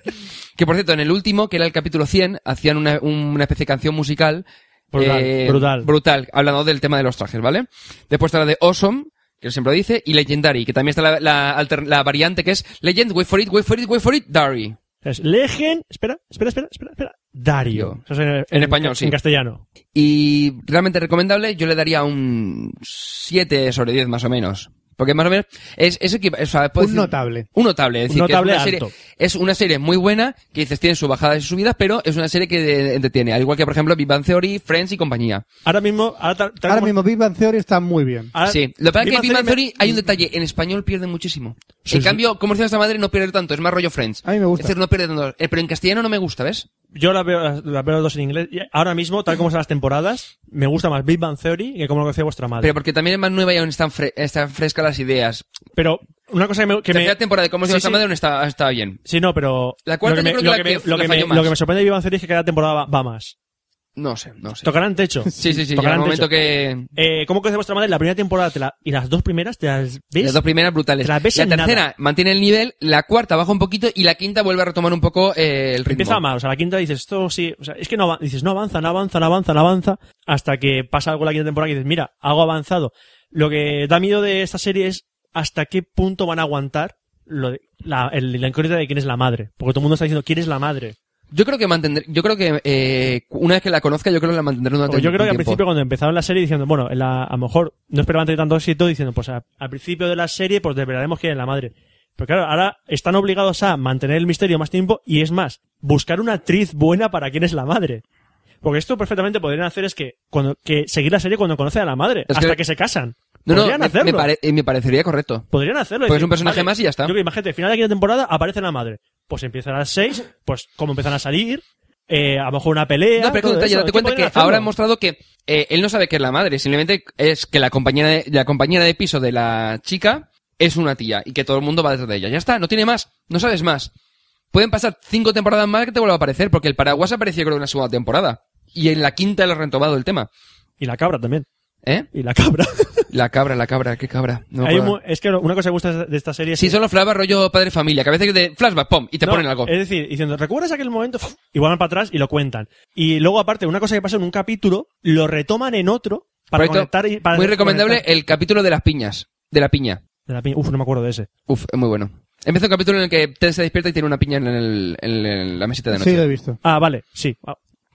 Que por cierto, en el último, que era el capítulo 100, hacían una, una especie de canción musical eh,
Brutal, brutal.
Brutal, hablando del tema de los trajes, ¿vale? Después está la de Awesome, que siempre lo dice, y Legendary, que también está la, la, alter- la variante que es Legend, wait for it, wait for it, wait for it, Dari.
Es Legend, espera, espera, espera, espera, espera. Dario.
Yo.
Eso es en,
español, sí.
En castellano.
Y realmente recomendable, yo le daría un 7 sobre 10 más o menos. Porque más o menos es, es equipa- o sea, puedo
Un notable.
Un notable, es decir,
Un
que es
notable
una serie-
alto.
es una serie muy buena, que dices tiene sus bajadas y sus subidas, pero es una serie que eh, entretiene, al igual que por ejemplo Big Bang Theory, Friends y compañía.
Ahora mismo, ahora, tal- tal
Ahora
como-
mismo Big Bang Theory está muy bien.
ahora-
sí, lo que pasa es que
Ah, Big
Big Bang Theory
me- Mm.
hay un detalle, en español pierde muchísimo.
Sí,
en
sí.
cambio, como decía esta madre, no pierde tanto, es más rollo Friends.
A mí me gusta.
Es decir, no pierde tanto, Eh, pero en castellano no me gusta, ¿ves?
Yo la veo, la veo las dos en inglés. Y Ahora mismo, tal como son las temporadas, me gusta más Big Bang Theory que como lo conocía vuestra madre.
Pero porque también es más nueva y aún están, fre- están frescas las ideas.
Pero, una cosa que me... Que
la primera
me
temporada de Cómo
Sí,
se llama esta
sí.
madre aún está, está bien.
Sí, no, pero...
La cuarta
lo que
yo
me,
creo que
lo
la que
lo
la
me-
falló más.
lo que me sorprende de Big Bang Theory es que cada temporada va, va más.
No sé, no sé.
Tocarán techo.
Sí, sí, sí. Llega
Tocarán
un momento
techo.
que...
Eh, ¿Cómo conoce vuestra madre? La primera temporada te la- y las dos primeras te las ves.
Las dos primeras brutales.
Te las ves en
tercera
nada.
mantiene el nivel, la cuarta baja un poquito y la quinta vuelve a retomar un poco eh, el ritmo.
Empieza mal, o sea, la quinta dices, esto sí, o sea, es que no, avan- dices, no avanza, no avanza, no avanza, no avanza, hasta que pasa algo en la quinta temporada y dices, mira, algo ha avanzado. Lo que da miedo de esta serie es hasta qué punto van a aguantar lo de- la, el, la incógnita de quién es la madre. Porque todo el mundo está diciendo, ¿quién es la madre?
Yo creo que mantendré, yo creo que eh, una vez que la conozca, yo creo que la mantendré durante
Porque Pues yo
un
creo que al
tiempo.
principio cuando empezaron la serie diciendo, bueno, en la- a lo mejor no esperaban tener tanto éxito diciendo, pues a- al principio de la serie pues desvelaremos quién es la madre. Pero claro, ahora están obligados a mantener el misterio más tiempo y es más, buscar una actriz buena para quién es la madre. Porque esto perfectamente podrían hacer es que, cuando, que seguir la serie cuando conoce a la madre,
Es
hasta que...
que-
se casan.
No, no,
podrían
me,
hacerlo.
me pare- eh, me parecería correcto.
Podrían hacerlo.
Porque
decir,
es un personaje
vale,
más y ya está.
Yo que imagínate, final de la quinta temporada aparece la madre. Pues empieza a las seis, pues cómo empiezan a salir, eh, a lo mejor una pelea.
No, pero es que
todo
un detalle,
eso.
date
¿Qué
cuenta que
podrían hacerlo?
ahora han mostrado que eh, él no sabe que es la madre, simplemente es que la compañera de, la compañera de piso de la chica es una tía y que todo el mundo va detrás de ella. Ya está, no tiene más, no sabes más. Pueden pasar cinco temporadas más que te vuelva a aparecer, porque el paraguas apareció creo en la segunda temporada. Y en la quinta lo han retomado el tema.
Y la cabra también.
¿Eh?
Y la cabra.
La cabra, la cabra, qué cabra. No
<laughs>
me
Hay
acuerdo.
mu- es que lo- una cosa que me gusta de esta serie es
Sí,
que-
son los flashbacks rollo padre familia, que a veces de flashback, pum, y te
No,
ponen algo.
Es decir, diciendo, ¿recuerdas aquel momento? Y van para atrás y lo cuentan. Y luego, aparte, una cosa que pasa en un capítulo, lo retoman en otro para
Proyecto
conectar y para
muy recomendable
conectar.
el capítulo de las piñas, de la piña.
De la piña. Uf, no me acuerdo de ese.
Uf, es muy bueno. Empieza un capítulo en el que Ted se despierta y tiene una piña en, el- en el- la mesita de
Sí,
noche.
lo he visto.
Ah, vale, sí. Ah,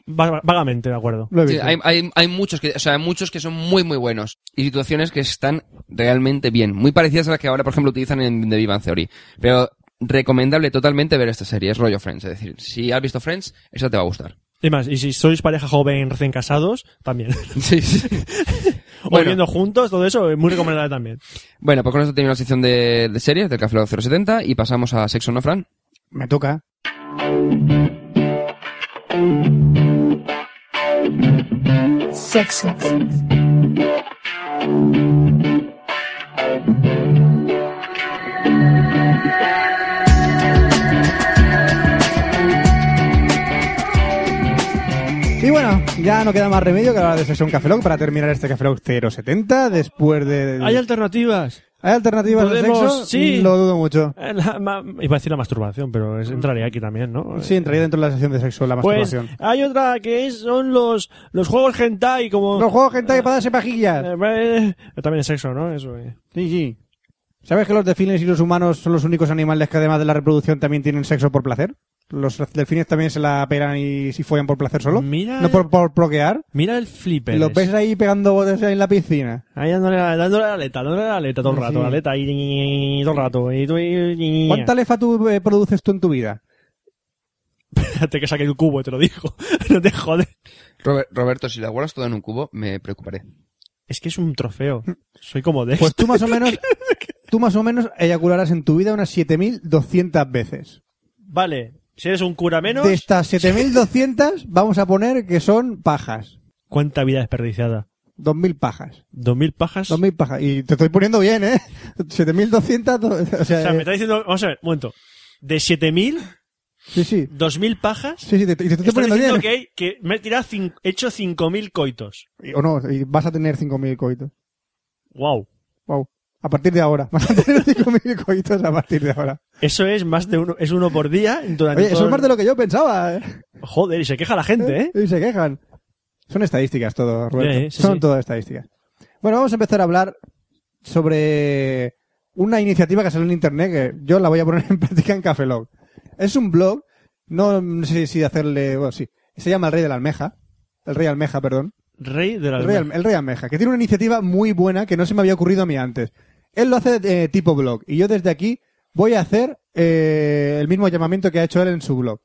va- Vagamente, de acuerdo.
Lo he
Sí,
visto.
hay, hay- hay muchos que, o sea, hay muchos que son muy, muy buenos. Y situaciones que están realmente bien. Muy parecidas a las que ahora, por ejemplo, utilizan en The Big Bang Theory. Pero recomendable totalmente ver esta serie. Es rollo Friends. Es decir, si has visto Friends, esta te va a gustar.
Y más, y si sois pareja joven recién casados, también. <laughs>
Sí, sí.
O
Bueno.
viviendo juntos, todo eso, es muy recomendable también.
Bueno, pues con esto termina la sección de, de series del Café Lock 070 y pasamos a Sexo No Fran.
Me toca.
sexo,
Y bueno, ya no queda más remedio que hablar de sección Café Lock para terminar este Café Lock 070 después de...
Hay alternativas.
¿Hay alternativas
Podemos-
de sexo?
sí.
Lo dudo mucho.
Eh, la ma- iba a decir la masturbación, pero es- entraría aquí también, ¿no?
Sí, entraría dentro de la sección de sexo la
Pues
masturbación.
hay otra que es, son los, los juegos hentai, como...
Los juegos hentai para darse pajillas.
Eh, eh, también es sexo, ¿no? Eso, eh.
Sí, sí. ¿Sabes que los delfines y los humanos son los únicos animales que además de la reproducción también tienen sexo por placer? Los delfines también se la pegan y si follan por placer solo.
Mira.
No por, por proquear.
Mira el flipper.
Los ves ahí pegando botes ahí en la piscina.
Ahí dándole la, dándole la aleta, dándole la aleta todo el
Sí.
rato, la aleta ahí, y, todo el rato. Y, tú, y, y- <laughs>
¿Cuánta lefa tú eh, produces tú en tu vida?
Espérate que saque el cubo, te lo digo. <laughs> no te jodes.
Robert- Roberto, si la guardas todo en un cubo, me preocuparé.
Es que es un trofeo. Soy como de
Mm. Pues tú más o menos, tú más o menos eyacularás en tu vida unas 7.200 veces.
Vale, si eres un cura menos,
De este- estas 7.200 vamos a poner que son pajas.
¿cuánta vida desperdiciada?
2.000 pajas.
¿Dos mil pajas?
2.000 pajas. Y te estoy poniendo bien, ¿eh? <laughs> 7.200. do- O
O sea,
sea,
me
eh,
está diciendo... Vamos a ver, un momento. De siete mil,
sí, sí.
dos mil pajas...
Sí, sí, te, y te estoy
Estás
poniendo
diciendo
bien.
que, hay- que me he tirado cin- he hecho cinco mil coitos.
Y- O no, y vas a tener 5.000 coitos.
Wow.
Wow. A partir de ahora. <laughs> Vas a tener 5.000 coitos a partir de ahora.
Eso es más de uno, es uno por día durante
Oye, eso
todo
es más
el-
de lo que yo pensaba, ¿eh?
Joder, y se queja la gente, ¿eh?
Y se quejan. Son estadísticas todo, Roberto.
Eh, sí,
Son
sí.
todas estadísticas. Bueno, vamos a empezar a hablar sobre una iniciativa que salió en internet que yo la voy a poner <laughs> en práctica en Café Log. Es un blog, no sé si hacerle, bueno, sí. Se llama El Rey de la Almeja. El Rey Almeja, perdón.
Rey de la
El Rey, Alme- el Rey Almeja, que tiene una iniciativa muy buena que no se me había ocurrido a mí antes. Él lo hace eh, tipo blog y yo desde aquí voy a hacer eh, el mismo llamamiento que ha hecho él en su blog.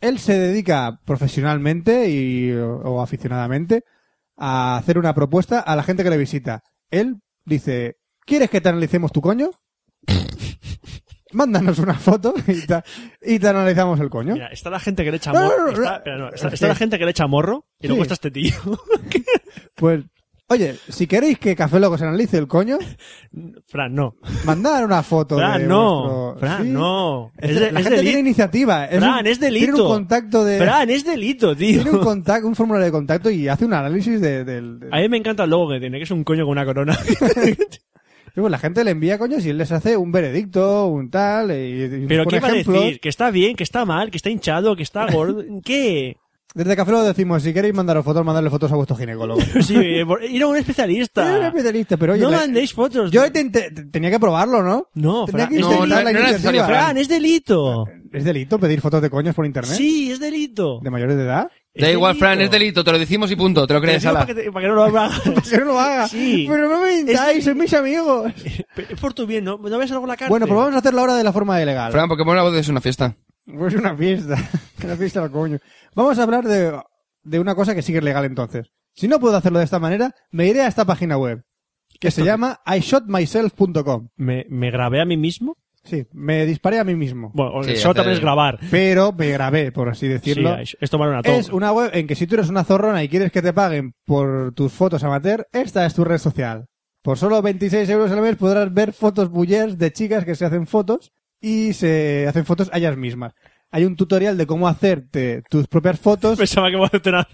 Él se dedica profesionalmente y, o, o aficionadamente a hacer una propuesta a la gente que le visita. Él dice, ¿quieres que te analicemos tu coño? <laughs> Mándanos una foto y te, y te analizamos el coño.
Mira, está la gente que le echa
No,
morro.
no, no, no.
Está, espera, no, está- está la gente que le echa morro y luego
Sí.
está este tío. <laughs>
Pues, oye, si queréis que Café Loco se analice el coño,
Fran, no.
Mandar una foto. de
Fran, no.
vuestro-
Fran,
Sí.
no.
Es
Es,
de-
de-
la
es
gente tiene
delito.
iniciativa. Es
Fran,
un-
es delito.
Tiene un contacto de.
Fran, es delito, tío.
tiene un contacto, un formulario de contacto y hace un análisis de- del. de-
<laughs> A mí me encanta el logo que tiene, que es un coño con una
<laughs>
corona.
Sí, pues la gente le envía coños y él les hace un veredicto, un tal. Y, y
Pero
por
¿qué va a
ejemplo,
decir? ¿Que está bien? ¿Que está mal? ¿Que está hinchado? ¿Que está gordo? ¿Qué?
Desde Café lo decimos: si queréis mandaros fotos, mandarle fotos a vuestro
<laughs>
ginecólogo. <laughs>
Sí, eh, por- ir a un
Yo era
especialista.
especialista, pero oye,
No
la-
mandéis fotos.
Yo te- te- tenía que probarlo, ¿no?
No,
Tenía
Fran.
que
No,
intentar
no,
la
no era necesario,
iniciativa.
Fran, es delito.
¿Es delito pedir fotos de coños por internet?
Sí, es delito.
¿De mayores de edad?
Es
Da igual, Fran, es delito, te lo decimos y punto, te lo
Te lo
crees,
digo
ala.
Para que, te- para que no lo hagas.
Yo no lo haga.
Sí.
Pero no me intáis, sois mis amigos.
<laughs> es por tu bien, no, no ves algo en la cara.
Bueno, pues vamos a hacerlo ahora de la forma ilegal.
Fran, porque la voz es una fiesta.
Pues una fiesta. <laughs> Una fiesta al coño. Vamos a hablar de, de una cosa que sí que es legal entonces. Si no puedo hacerlo de esta manera, me iré a esta página web. Que se llama ishotmyself.com.
¿Me, me grabé a mí mismo.
Sí, me disparé a mí mismo.
Bueno, o-
Sí,
eso también
hacer-
es grabar.
Pero me grabé, por así decirlo.
Sí, es tomar una toma.
es una web en que si tú eres una zorrona y quieres que te paguen por tus fotos amateur, esta es tu red social. Por solo 26 euros al mes podrás ver fotos bullers de chicas que se hacen fotos y se hacen fotos a ellas mismas. Hay un tutorial de cómo hacerte tus propias
<laughs>
fotos.
<laughs> Pensaba que iba a hacer una-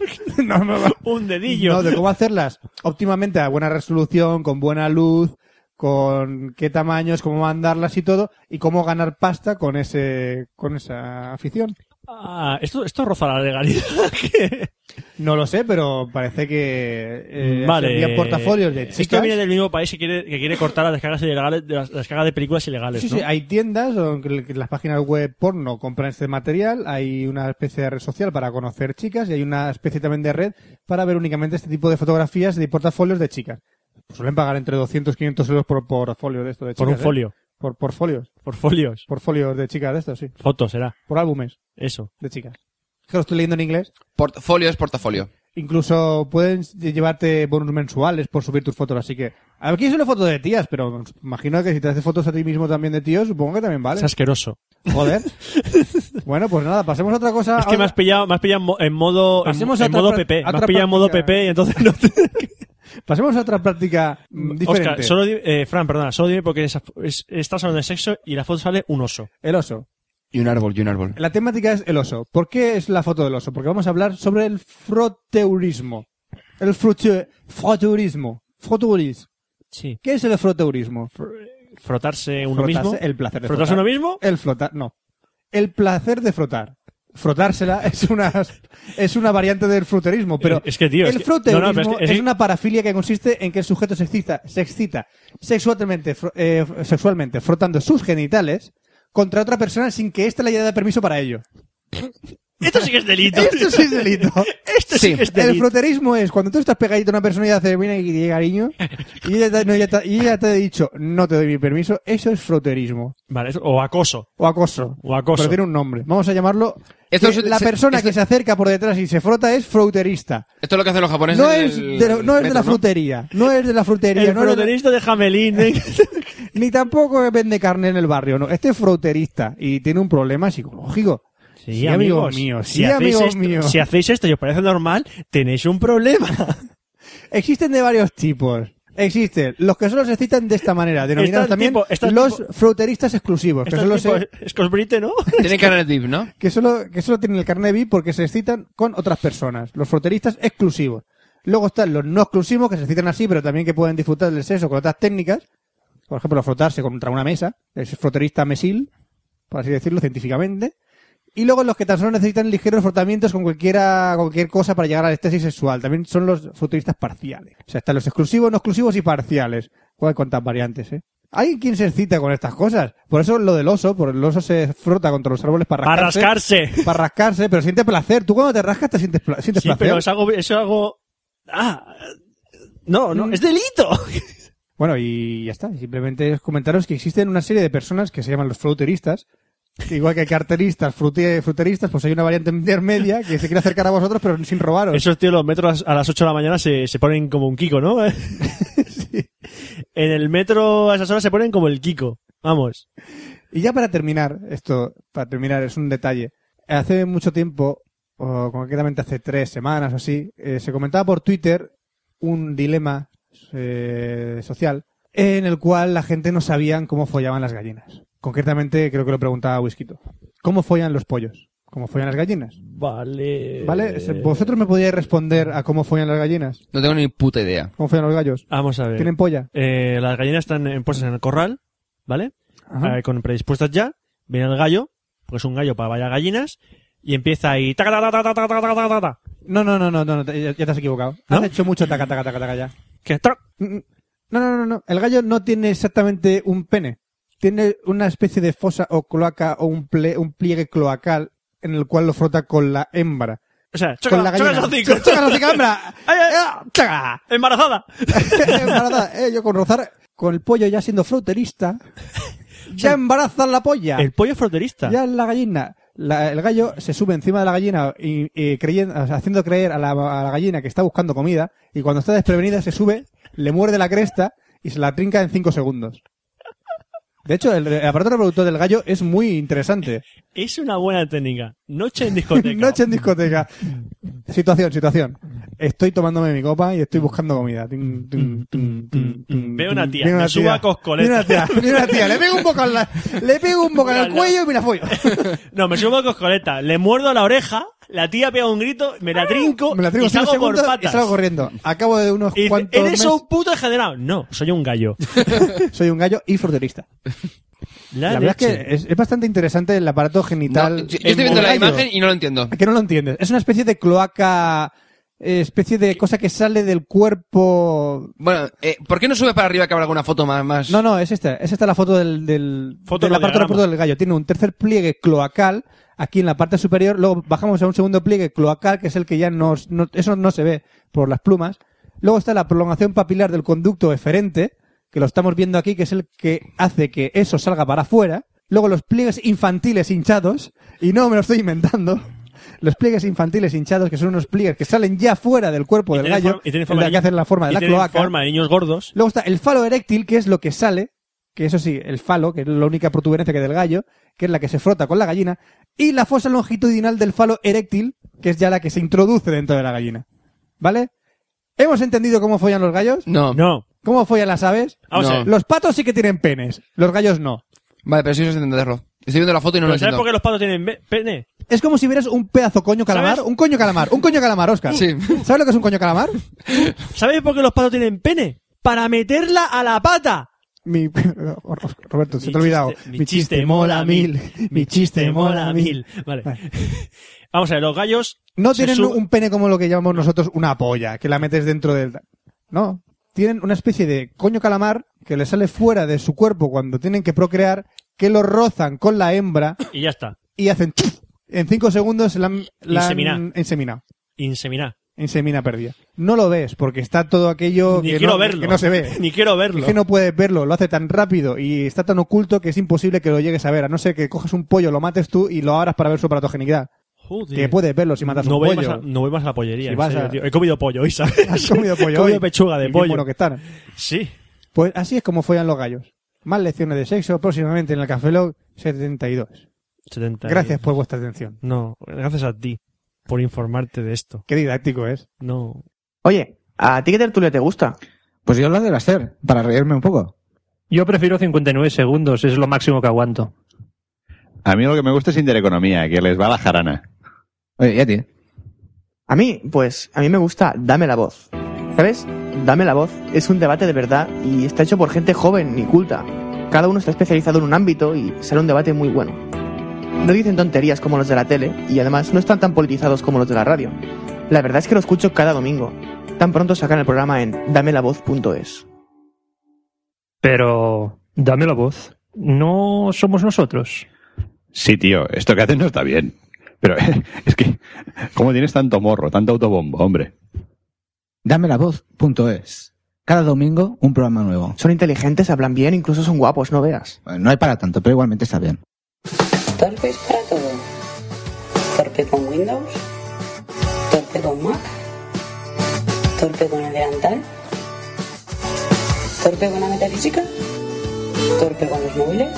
<laughs> No, no, no.
un dedillo.
No, de cómo hacerlas óptimamente a buena resolución, con buena luz, con qué tamaños, cómo mandarlas y todo, y cómo ganar pasta con ese, con esa afición.
Ah, esto, esto roza la legalidad. <laughs> ¿Qué?
No lo sé, pero parece que eh, se envían portafolios de
Esto
chicas.
viene del mismo país que quiere, que quiere cortar las descargas ilegales, de las, las descargas de películas ilegales,
Sí,
¿no?
sí, hay tiendas o que que las páginas web porno compran este material, hay una especie de red social para conocer chicas y hay una especie también de red para ver únicamente este tipo de fotografías de portafolios de chicas. Pues suelen pagar entre 200 y 500 euros por portafolio de esto de
por un
chicas, ¿eh?
folio.
Por, por folios.
Por folios.
Por folios de chicas de estos, sí.
Fotos, será.
Por álbumes
Eso.
de chicas. Es que lo estoy leyendo en inglés.
Portfolio es portafolio.
Incluso pueden llevarte bonus mensuales por subir tus fotos, así que... Aquí es una foto de tías, pero imagino que si te haces fotos a ti mismo también de tíos, supongo que también vale.
Es asqueroso. <laughs>
Joder. bueno, pues nada, pasemos a otra cosa.
Es que me has pillado, me has pillado en mo- en modo, en,
Ah, Pasemos a
en
otra
modo
pra-
PP. Me
a
has
otra
pillado en modo
práctica.
PP y entonces no
<laughs>
te...
Pasemos a otra práctica mm, diferente.
Oscar, solo di- eh, Fran, perdona, solo dime porque esa- es- estás hablando de sexo y en la foto sale un oso.
El oso.
Y un árbol, y un árbol.
La temática es el oso. ¿Por qué es la foto del oso? Porque vamos a hablar sobre el froteurismo. El froteu- froteurismo. Froteurismo.
Sí.
¿Qué es el froteurismo?
Frotarse uno
Frotarse,
mismo.
El placer de
¿Frotarse
frotar.
uno
<laughs>
mismo?
El flotar, no. El placer de frotar. Frotársela <laughs> es una, es una variante del fruterismo, pero
Eh, Es que, tío, es
el
que-
fruterismo
no, no, pero es
es,
que- es que-
una parafilia que consiste en que el sujeto se excita, se excita sexualmente, fro- eh, sexualmente frotando sus genitales contra otra persona sin que ésta le haya dado permiso para ello.
Esto sí que es <laughs> delito.
Esto sí es delito.
Esto sí,
Sí.
que <laughs> es
El
delito.
fruterismo es cuando tú estás pegadito a una persona y haces, viene aquí, cariño, y ella, te- no, ella te- y ella te ha dicho, no te doy mi permiso, eso es fruterismo.
Vale, eso- o acoso.
O acoso.
O acoso.
Pero tiene un nombre. Vamos a llamarlo.
Esto
que
es-
la
se-
persona
esto-
que se acerca por detrás y se frota es fruterista.
Esto es lo que hacen los japoneses.
No
en
es,
el
de, lo- no es de
metro,
la frutería. No es de la frutería.
el
no es de-
froterista de Jamelín.
<laughs>
¿eh?
ni tampoco vende carne en el barrio. No. Este es fruterista y tiene un problema psicológico.
Sí,
amigos míos. Sí,
hacéis
amigos
esto,
míos.
Si hacéis esto y os parece normal, tenéis un problema.
Existen de varios tipos. Existen los que solo se citan de esta manera, denominados
Están
también
tipo- están
los
tipo-
fruteristas exclusivos, que
Esto
solo,
es tipo
se-
Escosbrite, ¿no?
Tienen que ganar tip, ¿no?
que solo, que solo tienen el carnet B porque se citan con otras personas. Los froteristas exclusivos. Luego están los no exclusivos que se citan así, pero también que pueden disfrutar del sexo con otras técnicas. Por ejemplo, frotarse contra una mesa. Es froterista mesil, por así decirlo, científicamente. Y luego los que tan solo necesitan ligeros frotamientos con cualquiera, cualquier cosa para llegar al estesis sexual. También son los futuristas parciales. O sea, están los exclusivos, no exclusivos y parciales. Joder, cuántas variantes, eh. Hay quien se excita con estas cosas. Por eso lo del oso, por el oso se frota contra los árboles para
Para
<laughs> rascarse.
rascarse.
Para rascarse, pero siente placer. Tú cuando te rascas te sientes, pla- sientes
Sí,
placer.
pero es algo, es algo. Ah, no, no, es delito.
Bueno, y ya está. Simplemente es comentaros que existen una serie de personas que se llaman los fruteristas. Igual que hay carteristas, frute- fruteristas, pues hay una variante <laughs> intermedia que se quiere acercar a vosotros, pero sin robaros.
Esos tíos, los metros a las 8 de la mañana se, se ponen como un Kiko, ¿no? <laughs> En el metro a esas horas se ponen como el Kiko. Vamos.
Y ya para terminar, esto, para terminar, es un detalle. Hace mucho tiempo, o concretamente hace tres semanas o así, eh, se comentaba por Twitter un dilema eh, social en el cual la gente no sabían cómo follaban las gallinas. Concretamente, creo que lo preguntaba Whiskito. ¿Cómo follan los pollos? ¿Cómo follan las gallinas?
Vale.
¿Vale? Se- ¿Vosotros me podíais responder a cómo follan las gallinas?
No tengo ni puta idea.
¿Cómo follan los gallos?
Vamos a ver.
¿Tienen polla?
Eh, las gallinas están eh, puestas en el corral, ¿vale?
Ajá.
Eh, con predispuestas ya. Viene el gallo, porque es un gallo para varias gallinas, y empieza ahí. taca, taca, taca, taca, taca, taca, taca,
No, no, no, no, no, no, te- ya, ya te has equivocado.
¿No? mm.
Has hecho mucho taca, taca, taca, taca ya.
que tac.
Mm, No, no, no, no. El gallo no tiene exactamente un pene. tiene una especie de fosa o cloaca o un, ple- un pliegue cloacal en el cual lo frota con la hembra.
O sea,
con la
choca, choca
gallina.
los hocicos.
<laughs> Choca los hocicos, hembra.
<laughs> Ay, ay.
Ah, choca.
Embarazada.
<laughs> Embarazada, eh, yo con rozar con el pollo ya
<laughs>
siendo fruterista, ya embarazan la polla.
El pollo fronterista.
Ya la gallina. La- el gallo se sube encima de la gallina y, y creyendo, o sea, haciendo creer a la, a la gallina que está buscando comida y cuando está desprevenida se sube, le muerde la cresta y se la trinca en 5 segundos. De hecho, el, el aparato reproductor del gallo es muy interesante.
Es una buena técnica. Noche en discoteca.
<laughs> Noche en discoteca. Situación, situación. Estoy tomándome mi copa y estoy buscando comida. Tin, tin, tin, tin, tin,
Veo una
tin.
tía,
Viene
me subo a coscoleta.
Viene una tía, viene una tía. Le pego un poco al, la- le pego un poco al
Míralo.
cuello y me la follo.
No, me subo a coscoleta. Le muerdo la oreja, la tía pega un grito, me la trinco,
Ah, Me la traigo
y
cinco
salgo por
segundos y
patas.
salgo corriendo. Acabo de unos
Y dice,
cuantos
¿eres
meses,
un puto degenerado? No, soy un gallo.
soy un gallo y fronterista.
La,
<laughs> La, verdad es
leche.
que es, es bastante interesante el aparato genital.
No, yo- yo
en
estoy viendo la
gallo.
imagen y no lo entiendo.
¿A que no lo entiendes? Es una especie de cloaca, eh, especie de cosa que sale del cuerpo
Bueno, eh, ¿por qué no sube para arriba que habrá alguna foto más? más?
No, no, es esta. Es esta la foto del, del,
Foto
del
no,
aparato
diagrama.
reproductor del gallo. Tiene un tercer pliegue cloacal aquí en la parte superior. Luego bajamos a un segundo pliegue cloacal, que es el que ya no, no- eso no se ve por las plumas. Luego está la prolongación papilar del conducto eferente, que lo estamos viendo aquí, que es el que hace que eso salga para afuera. Luego los pliegues infantiles hinchados, y no me lo estoy inventando. Los pliegues infantiles hinchados, que son unos pliegues que salen ya fuera del cuerpo del
Tiene
gallo,
forma- y tiene
el
forma
de que hacen la forma de
y
la
tiene
cloaca.
forma de niños gordos.
Luego está el falo eréctil, que es lo que sale, que eso sí, el falo, que es la única protuberancia que hay del gallo, que es la que se frota con la gallina, y la fosa longitudinal del falo eréctil, que es ya la que se introduce dentro de la gallina. ¿Vale? ¿Hemos entendido cómo follan los gallos?
No.
No.
¿Cómo follan las aves?
Vamos
No.
a ver.
Los patos sí que tienen penes, los gallos no.
Vale, pero sí es entenderlo. Estoy viendo la foto y no lo
Pero ¿Sabes
entiendo.
por qué los patos tienen ve- pene?
Es como si vieras un pedazo coño calamar,
¿Sabes?
un coño calamar, un coño calamar, Oscar.
Sí.
¿Sabes lo que es un coño calamar?
¿Sabes por qué los patos tienen pene? Para meterla a la pata.
Mi... <laughs> Roberto, se
Mi
te ha olvidado.
chiste- mi chiste mola mil.
Mi chiste mola mil.
Vale.
Vale.
<laughs> Vamos a ver, los gallos.
No
se
tienen
suben-
un pene como lo que llamamos nosotros una polla, que la metes dentro del... No, tienen una especie de coño calamar que le sale fuera de su cuerpo cuando tienen que procrear, que lo rozan con la hembra
Y ya está.
y hacen... ¡chuf! En cinco segundos se la han, la han
Insemina.
inseminado.
Inseminar.
Insemina perdida. No lo ves porque está todo aquello
Ni
que,
quiero
no,
verlo.
que no se ve.
Ni quiero verlo.
Es que no puedes verlo, lo hace tan rápido y está tan oculto que es imposible que lo llegues a ver, a no ser que cojas un pollo, lo mates tú y lo abras para ver su aparatogenidad.
Joder.
Que puedes verlo si matas
no
un
voy
pollo.
Más a, no voy más a la pollería.
Si
en
vas
serio,
a-
tío. He comido pollo hoy, ¿sabes?
<laughs> Has comido pollo
He comido
hoy.
pechuga de
Y qué
pollo.
bueno que están.
Sí.
Pues así es como follan los gallos. Más lecciones de sexo próximamente en el Café Log 72.
70 y-
Gracias por vuestra atención.
No, gracias a ti por informarte de esto.
Qué didáctico es.
No.
Oye, ¿a ti qué tertulia te gusta?
Pues yo la de Blaster, para reírme un poco.
Yo prefiero 59 segundos, es lo máximo que aguanto.
A mí lo que me gusta es Intereconomía, que les va la jarana.
Oye, ¿y a ti?
A mí, pues, a mí me gusta Dame la voz. ¿Sabes? Dame la voz es un debate de verdad y está hecho por gente joven y culta. Cada uno está especializado en un ámbito y será un debate muy bueno. No dicen tonterías como los de la tele y además no están tan politizados como los de la radio. La verdad es que lo escucho cada domingo. Tan pronto sacan el programa en damelavoz.es.
Pero dame la voz. No somos nosotros.
Sí, tío, esto que haces no está bien. Pero <laughs> es que, ¿cómo tienes tanto morro, tanto autobombo, hombre?
Dame la voz.es. Cada domingo un programa nuevo.
Son inteligentes, hablan bien, incluso son guapos, no veas.
Eh, No hay para tanto, pero igualmente está bien.
Torpes para todo. Torpe con Windows. Torpe con Mac. Torpe con el delantal. Torpe con la metafísica. Torpe con los móviles.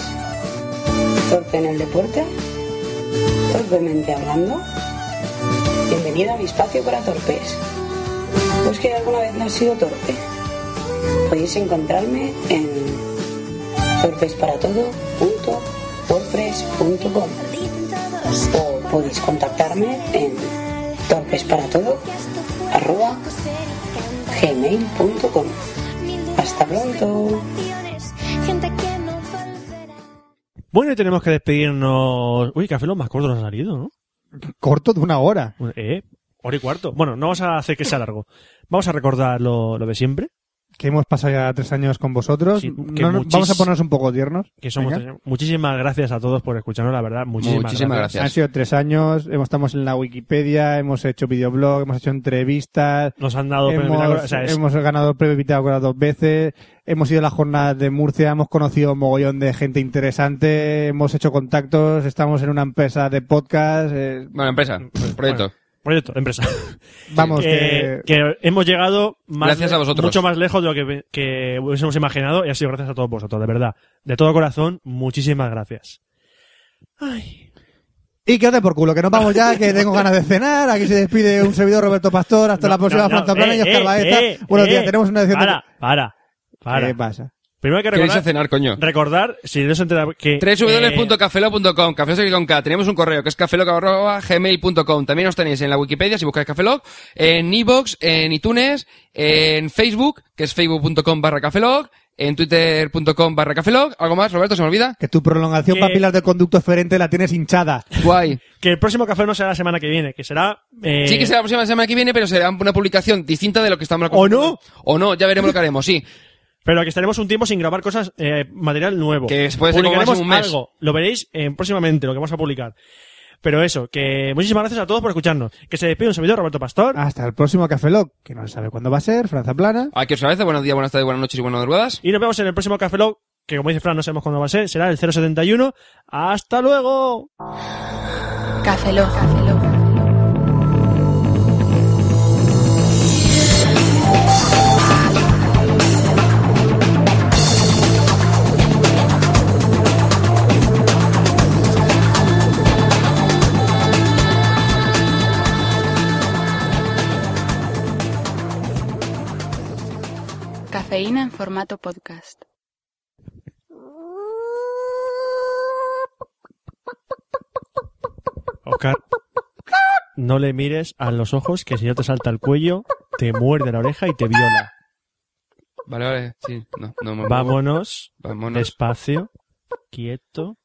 Torpe en el deporte. Torpemente hablando. Bienvenido a mi espacio para torpes. Pues que alguna vez no has sido torpe. Podéis encontrarme en torpesparatodo.wordpress.com o podéis contactarme en torpesparatodo.gmail.com Hasta pronto.
Bueno, y tenemos que despedirnos. Uy, café lo más corto nos ha salido, ¿no?
Corto de una hora.
Bueno, Eh, hora y cuarto. Bueno, no vamos a hacer que sea largo. Vamos a recordar lo, lo de siempre.
que hemos pasado ya tres años con vosotros.
Sí, que
No nos-
muchis-
Vamos a ponernos un poco tiernos.
Que somos
Venga.
tres. Muchísimas gracias a todos por escucharnos, la verdad. Muchísimas,
Han sido tres años, hemos estamos en la Wikipedia, hemos hecho videoblog, hemos hecho entrevistas.
Nos han dado premio Bitácora,
hemos,
o sea, es-
hemos ganado el premio Bitácora dos veces, hemos ido a las jornadas de Murcia, hemos conocido un mogollón de gente interesante, hemos hecho contactos, estamos en una empresa de podcast. eh,
Bueno, empresa, proyecto.
Proyecto, empresa.
Vamos,
que, que hemos llegado más
Gracias a vosotros.
mucho más lejos de lo que, que hubiésemos imaginado y ha sido gracias a todos vosotros, de verdad. De todo corazón, muchísimas gracias.
Y quédate por culo, que nos vamos ya, que tengo ganas de cenar. Aquí se despide un servidor Roberto Pastor. Hasta la próxima
No, no,
Franza Plana
eh,
y Oscar
eh,
Baeza.
eh,
Buenos
eh,
días, tenemos una edición de- Eh,
Para, para, para.
¿Qué pasa?
Primero hay que
¿Qué vais
recordar,
a cenar, coño?
recordar, si no se entera, que... eh,
www.cafelo.com, cafelo sigue con K. Tenemos un correo que es cafelog.gmail.com. También os tenéis en la Wikipedia si buscáis cafelog, en iVoox, en iTunes, en Facebook, que es facebook.com barra cafelog, en twitter.com barra cafelog. ¿Algo más, Roberto? ¿Se me olvida?
Que tu prolongación
Que-
papilar del conducto eferente la tienes hinchada.
Guay.
que el próximo café no será la semana que viene, que será... eh,
Sí que será la próxima semana que viene, pero será una publicación distinta de lo que estamos
¿O no?
O no, ya veremos lo que haremos, sí.
Pero que estaremos un tiempo sin grabar cosas, eh, material nuevo.
Que se puede ser como
Publicaremos
máximo un mes.
algo. Lo veréis eh, próximamente, lo que vamos a publicar. Pero eso, que muchísimas gracias a todos por escucharnos. Que se despide un servidor, Roberto Pastor.
Hasta el próximo Café Lock, que no se sabe cuándo va a ser, Franza Plana.
Aquí os agradezco. Buenos días, buenas tardes, buenas noches y buenas madrugadas.
Y nos vemos en el próximo Café Lock, que como dice Fran, no sabemos cuándo va a ser, será el 071. ¡Hasta luego!
Café Lock. Cafeína en formato podcast.
Oscar, no le mires a los ojos, que si no te salta el cuello, te muerde la oreja y te viola.
Vale, vale, sí. No, no, me-
Vámonos,
Vámonos.
despacio, quieto.